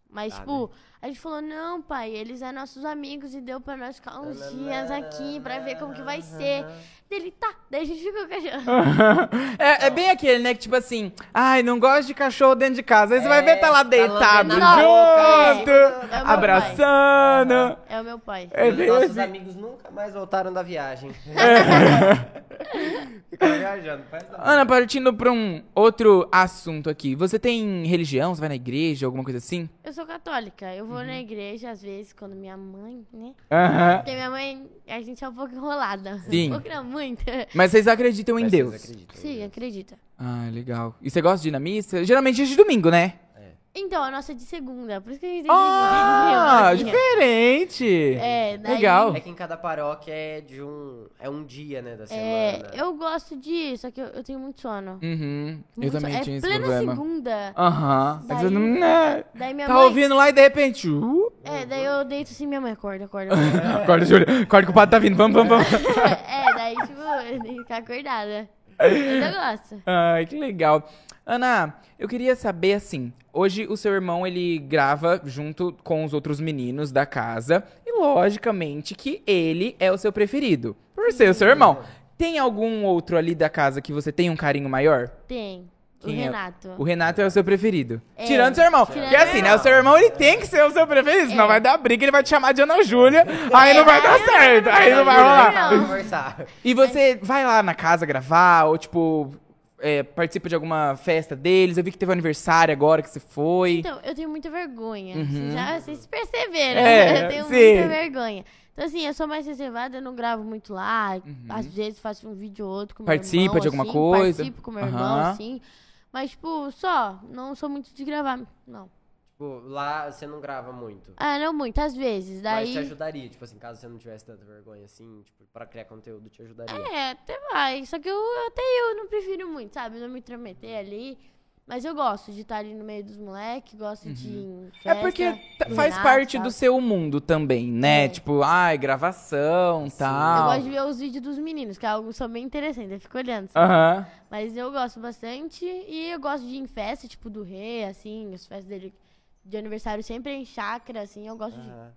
Mas,
Ah,
Dá,
né?
tipo, a gente falou, não, pai, eles são nossos amigos e deu pra nós ficar uns dias aqui pra ver como que vai ser. Dele, tá, daí a gente ficou com a gente.
É, é bem aquele, né? Que tipo assim, ai, não gosto de cachorro dentro de casa. Aí você vai ver,
É,
tá lá deitado
lambendo a
junto,
boca, é. É o meu
abraçando.
É o meu pai.
É
Os
bem
nossos
assim.
amigos nunca mais voltaram da viagem.
É.
Ficaram viajando, faz nada.
Ana, partindo pra um outro assunto aqui. Você tem religião? Você vai na igreja, alguma coisa assim?
Eu sou católica, eu vou
Uhum.
na igreja às vezes, quando minha mãe, né?
Aham.
Porque minha mãe, a gente é um pouco enrolada.
Sim.
Um pouco não, muito.
Mas vocês acreditam em
Mas
Deus?
vocês acreditam? né?
Sim, acredita.
Ah, legal. E você gosta de ir na missa? Geralmente é de domingo, né?
Então, a nossa é de segunda, por isso que a gente tem
Ah,
segunda.
diferente!
É, daí-
Legal.
É que em cada paróquia é de um. É um dia, né, da semana.
É, eu gosto disso, só que eu, eu tenho muito sono.
Uhum. Eu
Muito
também
sono.
tinha
é
esse
plena
problema.
segunda.
Aham.
Daí-
Você não- né?
Daí minha
Tá
mãe.
ouvindo lá e de repente. Uh,
É, daí eu deito assim, minha mãe acorda, acorda. acorda.
acorda, Júlia. Acorda que o padre tá vindo. Vamos, vamos, vamos.
é, daí, tipo, eu tenho que ficar acordada. Mas eu gosto.
Ai, que legal. Ana, eu queria saber assim. Hoje o seu irmão ele grava junto com os outros meninos da casa e logicamente que ele é o seu preferido. Por ser o seu irmão. Tem algum outro ali da casa que você tem um carinho maior?
Tem.
Quem
o
é?
Renato.
O Renato é o seu preferido.
É.
Tirando seu irmão.
Tirando
Porque assim,
meu
né? O seu irmão ele tem que ser o seu preferido. Senão vai dar briga, ele vai te chamar de Ana Júlia. Aí não vai dar certo. Aí não vai rolar.
Vamos conversar.
E você vai lá na casa gravar, ou tipo, é, participa de alguma festa deles? Eu vi que teve um aniversário agora que você foi.
Então, eu tenho muita vergonha. Vocês Já, vocês perceberam,
Uhum. É,
né? Eu tenho
sim.
muita vergonha. Então, assim, eu sou mais reservada, eu não gravo muito lá. Às vezes faço um vídeo ou outro com meu
Uhum. Participa
irmão,
de alguma
assim,
coisa.
Participo com meu
Aham.
irmão, assim. Mas, tipo, só. Não sou muito de gravar, não.
Tipo, lá você não grava muito.
Ah, não muito, às vezes.
Mas te
Daí...
ajudaria, tipo assim, caso você não tivesse tanta vergonha assim, tipo, pra criar conteúdo, te ajudaria.
É, até vai. Só que eu até eu não prefiro muito, sabe? Não me intrometer ali. Mas eu gosto de estar ali no meio dos moleques, gosto de. ir em
É
Então, festa,
porque ta-
do
faz
nada,
parte
tal.
do seu mundo também, né?
É.
Tipo, ai, gravação,
Eu
tal.
gosto de ver os vídeos dos meninos, que alguns são bem interessantes, eu fico olhando. sabe?
Aham.
Mas eu gosto bastante e eu gosto de ir em festa, tipo do rei, assim, as festas dele de aniversário sempre em chácara, assim, eu gosto
Aham.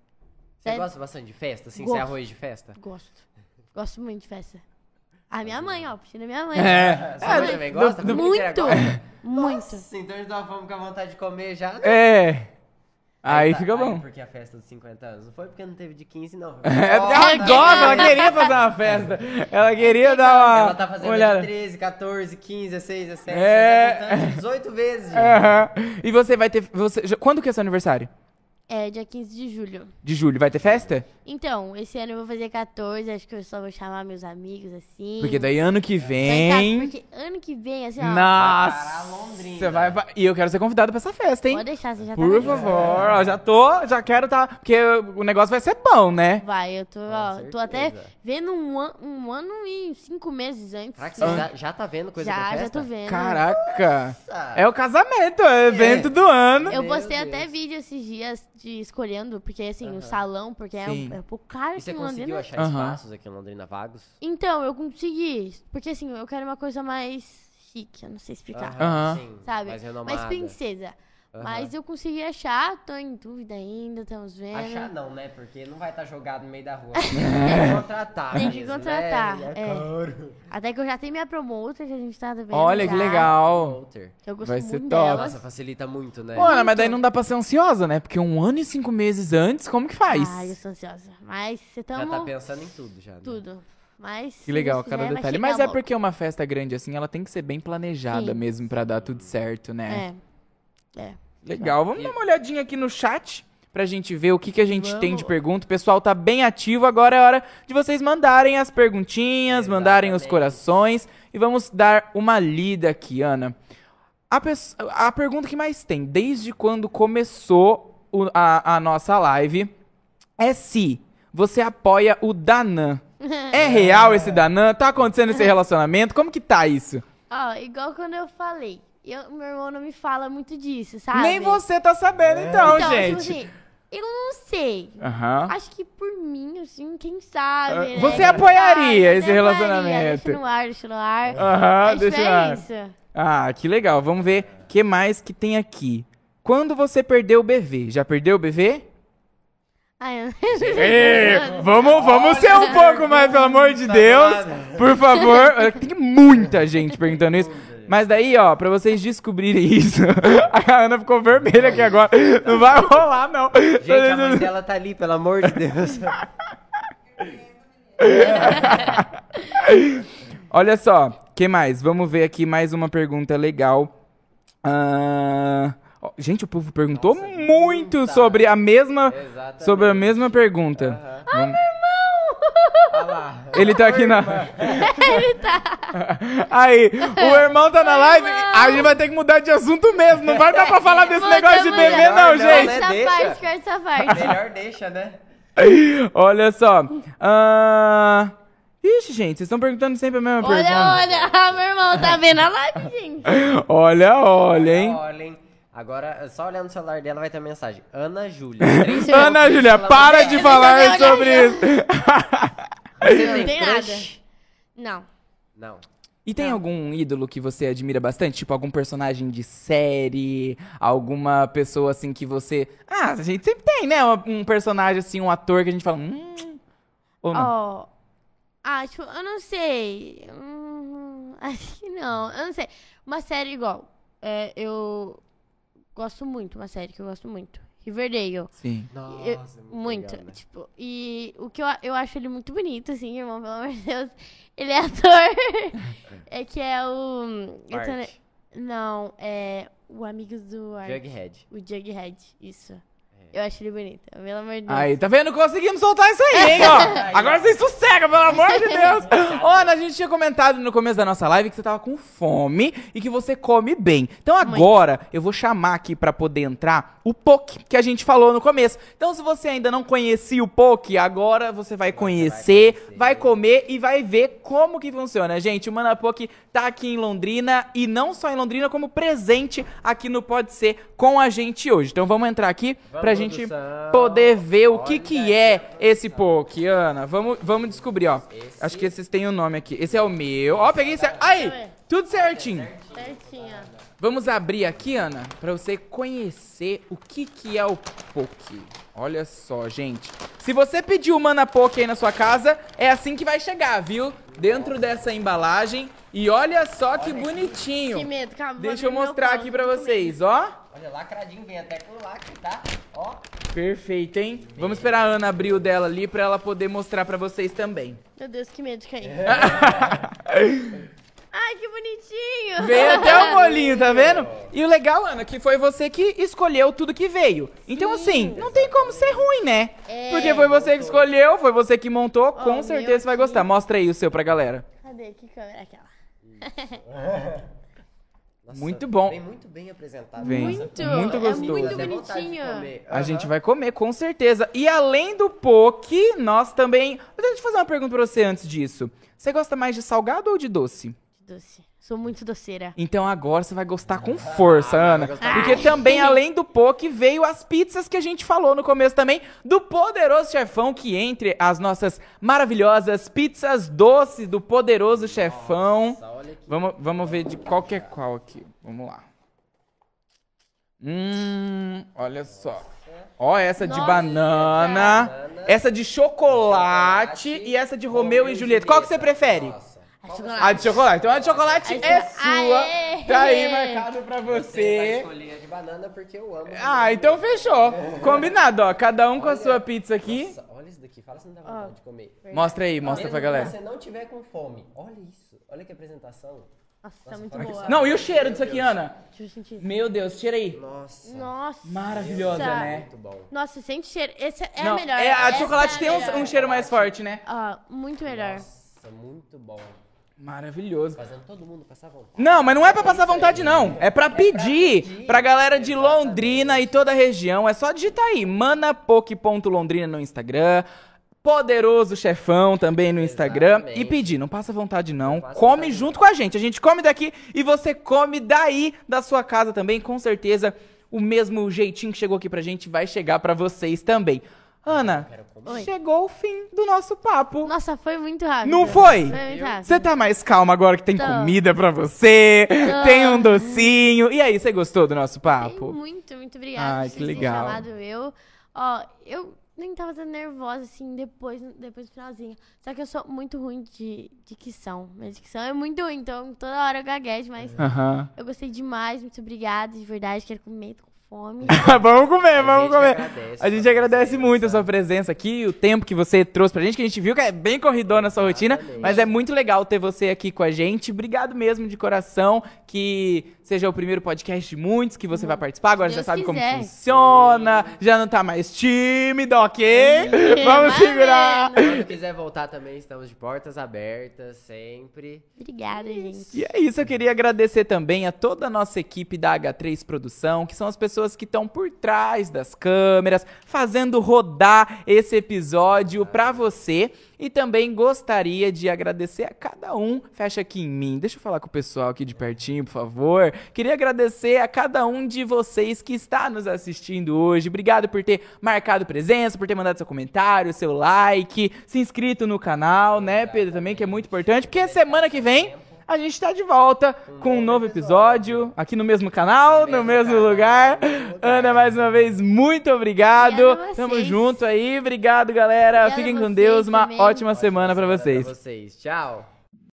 Você
É-
gosta bastante de festa, assim? Você é
Gosto.
arroz de festa?
de. Gosto. Gosto muito de festa. A minha mãe, ó, puxando a minha mãe.
É.
Sua mãe também gosta? A família inteira
Muito!
gosta?
Muito!
Nossa, então eles tava falando com a vontade de comer já. né?
É. Aí
tá-
fica bom.
Porque a festa dos 50 anos não foi porque não teve de 15, não. Foi
É,
porque-
ela
Ó,
gosta, ela queria fazer uma festa. Ela queria dar uma
Ela tá fazendo
olhada.
de 13, 14, 15, 16, 17,
É.
tá contando 18 vezes, gente.
Aham. E você vai ter. Você, já- quando que é seu aniversário?
É, dia 15 de julho.
De julho? Vai ter festa?
Então, esse ano eu vou fazer 14, acho que eu só vou chamar meus amigos, assim.
Porque daí ano que
Vem cá,
vem.
Porque ano que vem, assim, ó.
Vai parar a
Nossa!
Londrina.
vai pa- E eu quero ser convidado pra essa festa,
Pode
hein?
deixar, você já tá
Por
na lista.
favor, ó, já tô, já quero tá. Porque o negócio vai ser bom, né?
Vai, eu tô, ó, tô até
certeza.
vendo um, an- um ano e cinco meses antes.
Será que você
Ah.
né?
já, já tá vendo coisa pra
já,
festa?
já tô vendo.
Caraca!
Nossa.
É o casamento, é o evento do ano.
Eu
Meu
postei
Deus.
até vídeo esses dias de escolhendo, porque assim, o
Aham.
salão, porque é
Sim.
um, é um pouco caro
E
aqui
você
em
conseguiu
Londrina.
achar
Aham.
espaços aqui em Londrina vagos?
Então, eu consegui. Porque assim, eu quero uma coisa mais chique, eu não sei explicar.
Aham.
sim,
Sabe?
Mais renomada.
Mais princesa.
Aham.
Mas eu consegui achar, tô em dúvida ainda, estamos vendo.
Achar não, né? Porque não vai estar jogado no meio da rua. Tem que contratar.
Tem que
mesmo, né?
contratar,
E
é.
caro.
Até que eu já tenho minha promoter que a gente tá vendo.
Olha que
já,
legal.
Outer.
que eu gosto
Vai
muito
ser top.
dela.
Nossa, facilita muito, né?
Olha, mas daí não dá pra ser ansiosa, né? Porque um ano e cinco meses antes, como que faz?
Ai, eu sou ansiosa. Mas você
Já
tamo
tá pensando em tudo já. né?
tudo. Mas.
Que legal, cada detalhe. Mas é
porque
porque uma festa grande assim, ela tem que ser bem planejada
Sim.
mesmo pra dar tudo certo, né?
É. É.
Legal. Vamos dar uma olhadinha aqui no chat pra gente ver o que, que a gente tem
Vamos.
de pergunta. O pessoal tá bem ativo, agora é hora de vocês mandarem as perguntinhas, mandarem os
Exatamente.
corações e vamos dar uma lida aqui, Ana. A, pes- a pergunta que mais tem, desde quando começou o- a, a nossa live, é se você apoia o Danan. É real esse Danan? Tá acontecendo esse relacionamento? Como que tá isso?
Ó, igual quando eu falei. Eu, meu irmão não me fala muito disso, sabe?
Nem você tá sabendo, então,
então, tipo
gente.
assim, eu não sei.
Aham.
Acho que por mim, assim, quem sabe. né?
Ah, Você
Quem
apoiaria
sabe,
esse
até
relacionamento?
apoiaria. Deixa no ar, deixa no ar.
Aham,
Acho que
deixa
é
lá.
isso.
Ah, que legal. Vamos ver o que mais que tem aqui. Quando você perdeu o BV? Já perdeu o BV?
Ai, eu...
Ei, É. vamos, vamos ser um pouco mais, pelo amor de
Tá
Deus.
né?
claro.
Por favor. É Tem muita gente perguntando isso. Mas daí, ó, pra vocês descobrirem isso, a Ana ficou vermelha aqui agora. Não vai rolar, não.
Gente, a mãe dela tá ali, pelo amor de Deus.
Olha só, que mais? Vamos ver aqui mais uma pergunta legal. Ah, ó, gente, o povo perguntou
Nossa,
muito
muita.
sobre a mesma
Exatamente.
sobre a mesma pergunta.
Olha lá.
Ele tá aqui na. Ele tá. Aí, o irmão tá na live. A gente vai ter que mudar de assunto mesmo. Não vai dar pra falar desse negócio de
Voltamos
bebê,
já.
não,
Não,
gente.
né?
Corta essa
Deixa.
parte, corta essa parte.
Melhor deixa, né?
Olha só. Ah, Ixi, gente, vocês estão perguntando sempre a mesma
Olha,
pergunta.
olha, ah, meu irmão tá vendo a live, gente.
Olha, olha, hein?
Olha, hein? Agora, só olhando no celular dela vai ter mensagem. Ana Júlia.
Ana Júlia, é para de falar
Ela não
sobre isso.
Não tem
crush?
nada. Não.
Não.
E tem algum ídolo que você admira bastante? Tipo, algum personagem de série? Alguma pessoa assim que você. Ah, a gente sempre tem, né? Um um personagem assim, um ator que a gente fala. Hum. Ou não?
Ó. Ah, tipo, eu não sei. Hum, acho que não. Eu não sei. Uma série igual. é, eu gosto muito, uma série que eu gosto muito. Riverdale.
Sim.
Nossa,
Muito.
legal, né?
Tipo, e o que eu, a- eu acho ele muito bonito, assim, irmão, pelo amor de Deus. Ele é ator. é que é o. eu tô ne-
Art.
Não, é. O Amigos do Art.
Jughead.
O Jughead, isso.
É.
Eu acho ele bonito, pelo amor de Deus.
Aí, tá vendo? Conseguimos soltar isso aí, hein, ó. Agora vocês sossegam, pelo amor de Deus. Ó, Ana, a gente tinha comentado no começo da nossa live que você tava com fome e que você come bem. Então agora eu vou chamar aqui pra poder entrar o Poke, que a gente falou no começo. Então se você ainda não conhecia o Poke, agora você vai conhecer, vai,
conhecer.
comer e vai ver como que funciona. Gente, o Mana Poke tá aqui em Londrina e não só em Londrina, como presente aqui no Pode Ser com a gente hoje. Então vamos entrar aqui
Vamos,
pra gente
produção.
poder ver o que
Olha
que
aí,
é esse poke, Ana. Vamos, vamos descobrir, ó. Acho que esses têm o nome aqui. Esse é o meu. Ó, peguei certo. Aí, tudo certinho.
Certinho.
Vamos abrir aqui, Ana, pra você conhecer o que que é o poke. Olha só, gente. Se você pedir o Mana Poke aí na sua casa, é assim que vai chegar, viu? Dentro dessa embalagem. E olha só que
Que
bonitinho.
medo, calma.
Deixa eu mostrar aqui pra vocês, ó.
Olha, lacradinho, vem até com lacre, tá? Ó.
Perfeito, hein? Vamos esperar a Ana abrir o dela ali pra ela poder mostrar pra vocês também.
Meu Deus, que medo de cair.
É.
Ai, que bonitinho.
Veio até o bolinho, tá vendo? E o legal, Ana, que foi você que escolheu tudo que veio. Então, assim, não tem como ser ruim, né?
É.
Porque foi você que escolheu, foi você que montou,
o
com
meu
certeza você vai
aqui.
gostar. Mostra aí o seu pra galera.
Cadê? Que câmera é aquela?
Nossa,
Muito bom.
Vem muito bem apresentado.
Vem.
Nossa,
Muito.
Muito gostoso.
É
dá
muito
até vontade de
bonitinho.
comer.
A
Aham.
gente vai comer, com certeza. E além do poke, nós também... Deixa eu te fazer uma pergunta pra você antes disso. Você gosta mais de salgado ou de doce?
Doce. Sou muito doceira.
Então agora você vai gostar com força, Ana.
gostar.
Porque também, além do poke, veio as pizzas que a gente falou no começo também, do Poderoso Chefão, que entre as nossas maravilhosas pizzas doces do Poderoso Chefão.
Nossa, olha aqui.
Vamos, vamos ver de qual que é qual aqui. Vamos lá. Hum, olha só. Ó, essa de
Nossa,
banana,
cara.
essa de chocolate, e essa de Romeu e Julieta. Qual que você prefere?
Nossa.
Ah,
A chocolate.
A de chocolate. Então a de chocolate
A de
é
chocolate.
sua.
Aê!
Tá aí marcado pra
Você vai
você.
escolher a de banana porque eu amo.
Ah, então fechou. Combinado, ó. Cada um com a sua pizza aqui.
Nossa, olha isso daqui. Fala se não dá
Ah.
vontade de comer.
Mostra aí, mostra
Mesmo
pra
que
galera.
Se você não tiver com fome, olha isso. Olha que apresentação.
Nossa, tá muito
fala que
boa.
sabe.
Não, e o cheiro disso aqui, Ana?
Deixa eu sentir.
Meu Deus, cheira aí.
Nossa.
Nossa.
Maravilhosa, né?
Muito bom.
Nossa, sente cheiro. Esse é
Não,
a melhor.
É, a de
Essa é
chocolate
a
tem um,
melhor.
um cheiro mais forte, né?
Ah, muito melhor.
Nossa, muito bom.
Maravilhoso.
Fazendo todo mundo passar vontade.
Não, mas não é pra passar vontade, não. É pra pedir
pedir.
pra galera de Londrina e toda a região. É só digitar aí, manapoc.londrina no Instagram, Poderoso Chefão também no Instagram e
Exatamente.
pedir. Não passa vontade, não.
passa
Come
vontade,
junto com a gente. A gente come daqui e você come daí da sua casa também. Com certeza, o mesmo jeitinho que chegou aqui pra gente vai chegar pra vocês também. Ana,
Quero comer.
Oi.
chegou o fim do nosso papo.
Nossa, foi muito rápido.
Não foi?
Foi muito rápido.
Você tá mais calma agora que tem
Tô.
comida pra você,
Tô.
tem um docinho. E aí, você gostou do nosso
Sim,
papo?
Muito, muito obrigada
Ai,
por
que
vocês terem
legal.
chamado eu. Ó, eu nem tava tão nervosa, assim, depois, depois do finalzinho. Só que eu sou muito ruim de dicção. Minha dicção é muito ruim, então toda hora eu gaguejo,
É.
mas
Aham.
eu gostei demais, muito obrigada, de verdade, quero comer, tô com fome.
vamos comer,
A
vamos
gente
comer.
agradece
a gente
sua
agradece
presença.
muito a sua presença aqui, o tempo que você trouxe pra gente, que a gente viu que é bem corridona
Ah,
a sua rotina,
Exatamente.
mas é muito legal ter você aqui com a gente. Obrigado mesmo de coração, que seja o primeiro podcast de muitos que você vai participar. Agora
Uhum. Se
já
Deus
sabe como
quiser.
funciona, já não tá mais tímido, ok?
Mais
Vamos
ou
segurar.
menos.
Quando quiser voltar também, estamos de portas abertas, sempre.
Obrigada, gente.
E é isso, eu queria agradecer também a toda a nossa equipe da H3 Produção, que são as pessoas que estão por trás das câmeras, fazendo rodar esse episódio pra você. E também gostaria de agradecer a cada um. Fecha aqui em mim. Deixa eu falar com o pessoal aqui de pertinho, por favor. Queria agradecer a cada um de vocês que está nos assistindo hoje. Obrigado por ter marcado presença, por ter mandado seu comentário, seu like, se inscrito no canal, né, Pedro, também, que é muito importante, porque semana que vem a gente tá de volta com um novo episódio, aqui no mesmo canal, no
No mesmo
mesmo
canal,
lugar.
no mesmo lugar.
Ana, mais uma vez, muito obrigado.
Obrigada a
Tamo
vocês.
junto aí. Obrigado, galera.
Obrigada
Fiquem
a
com
vocês
Deus. Uma
também.
ótima semana pra
Ótima
vocês.
Pra vocês. Tchau.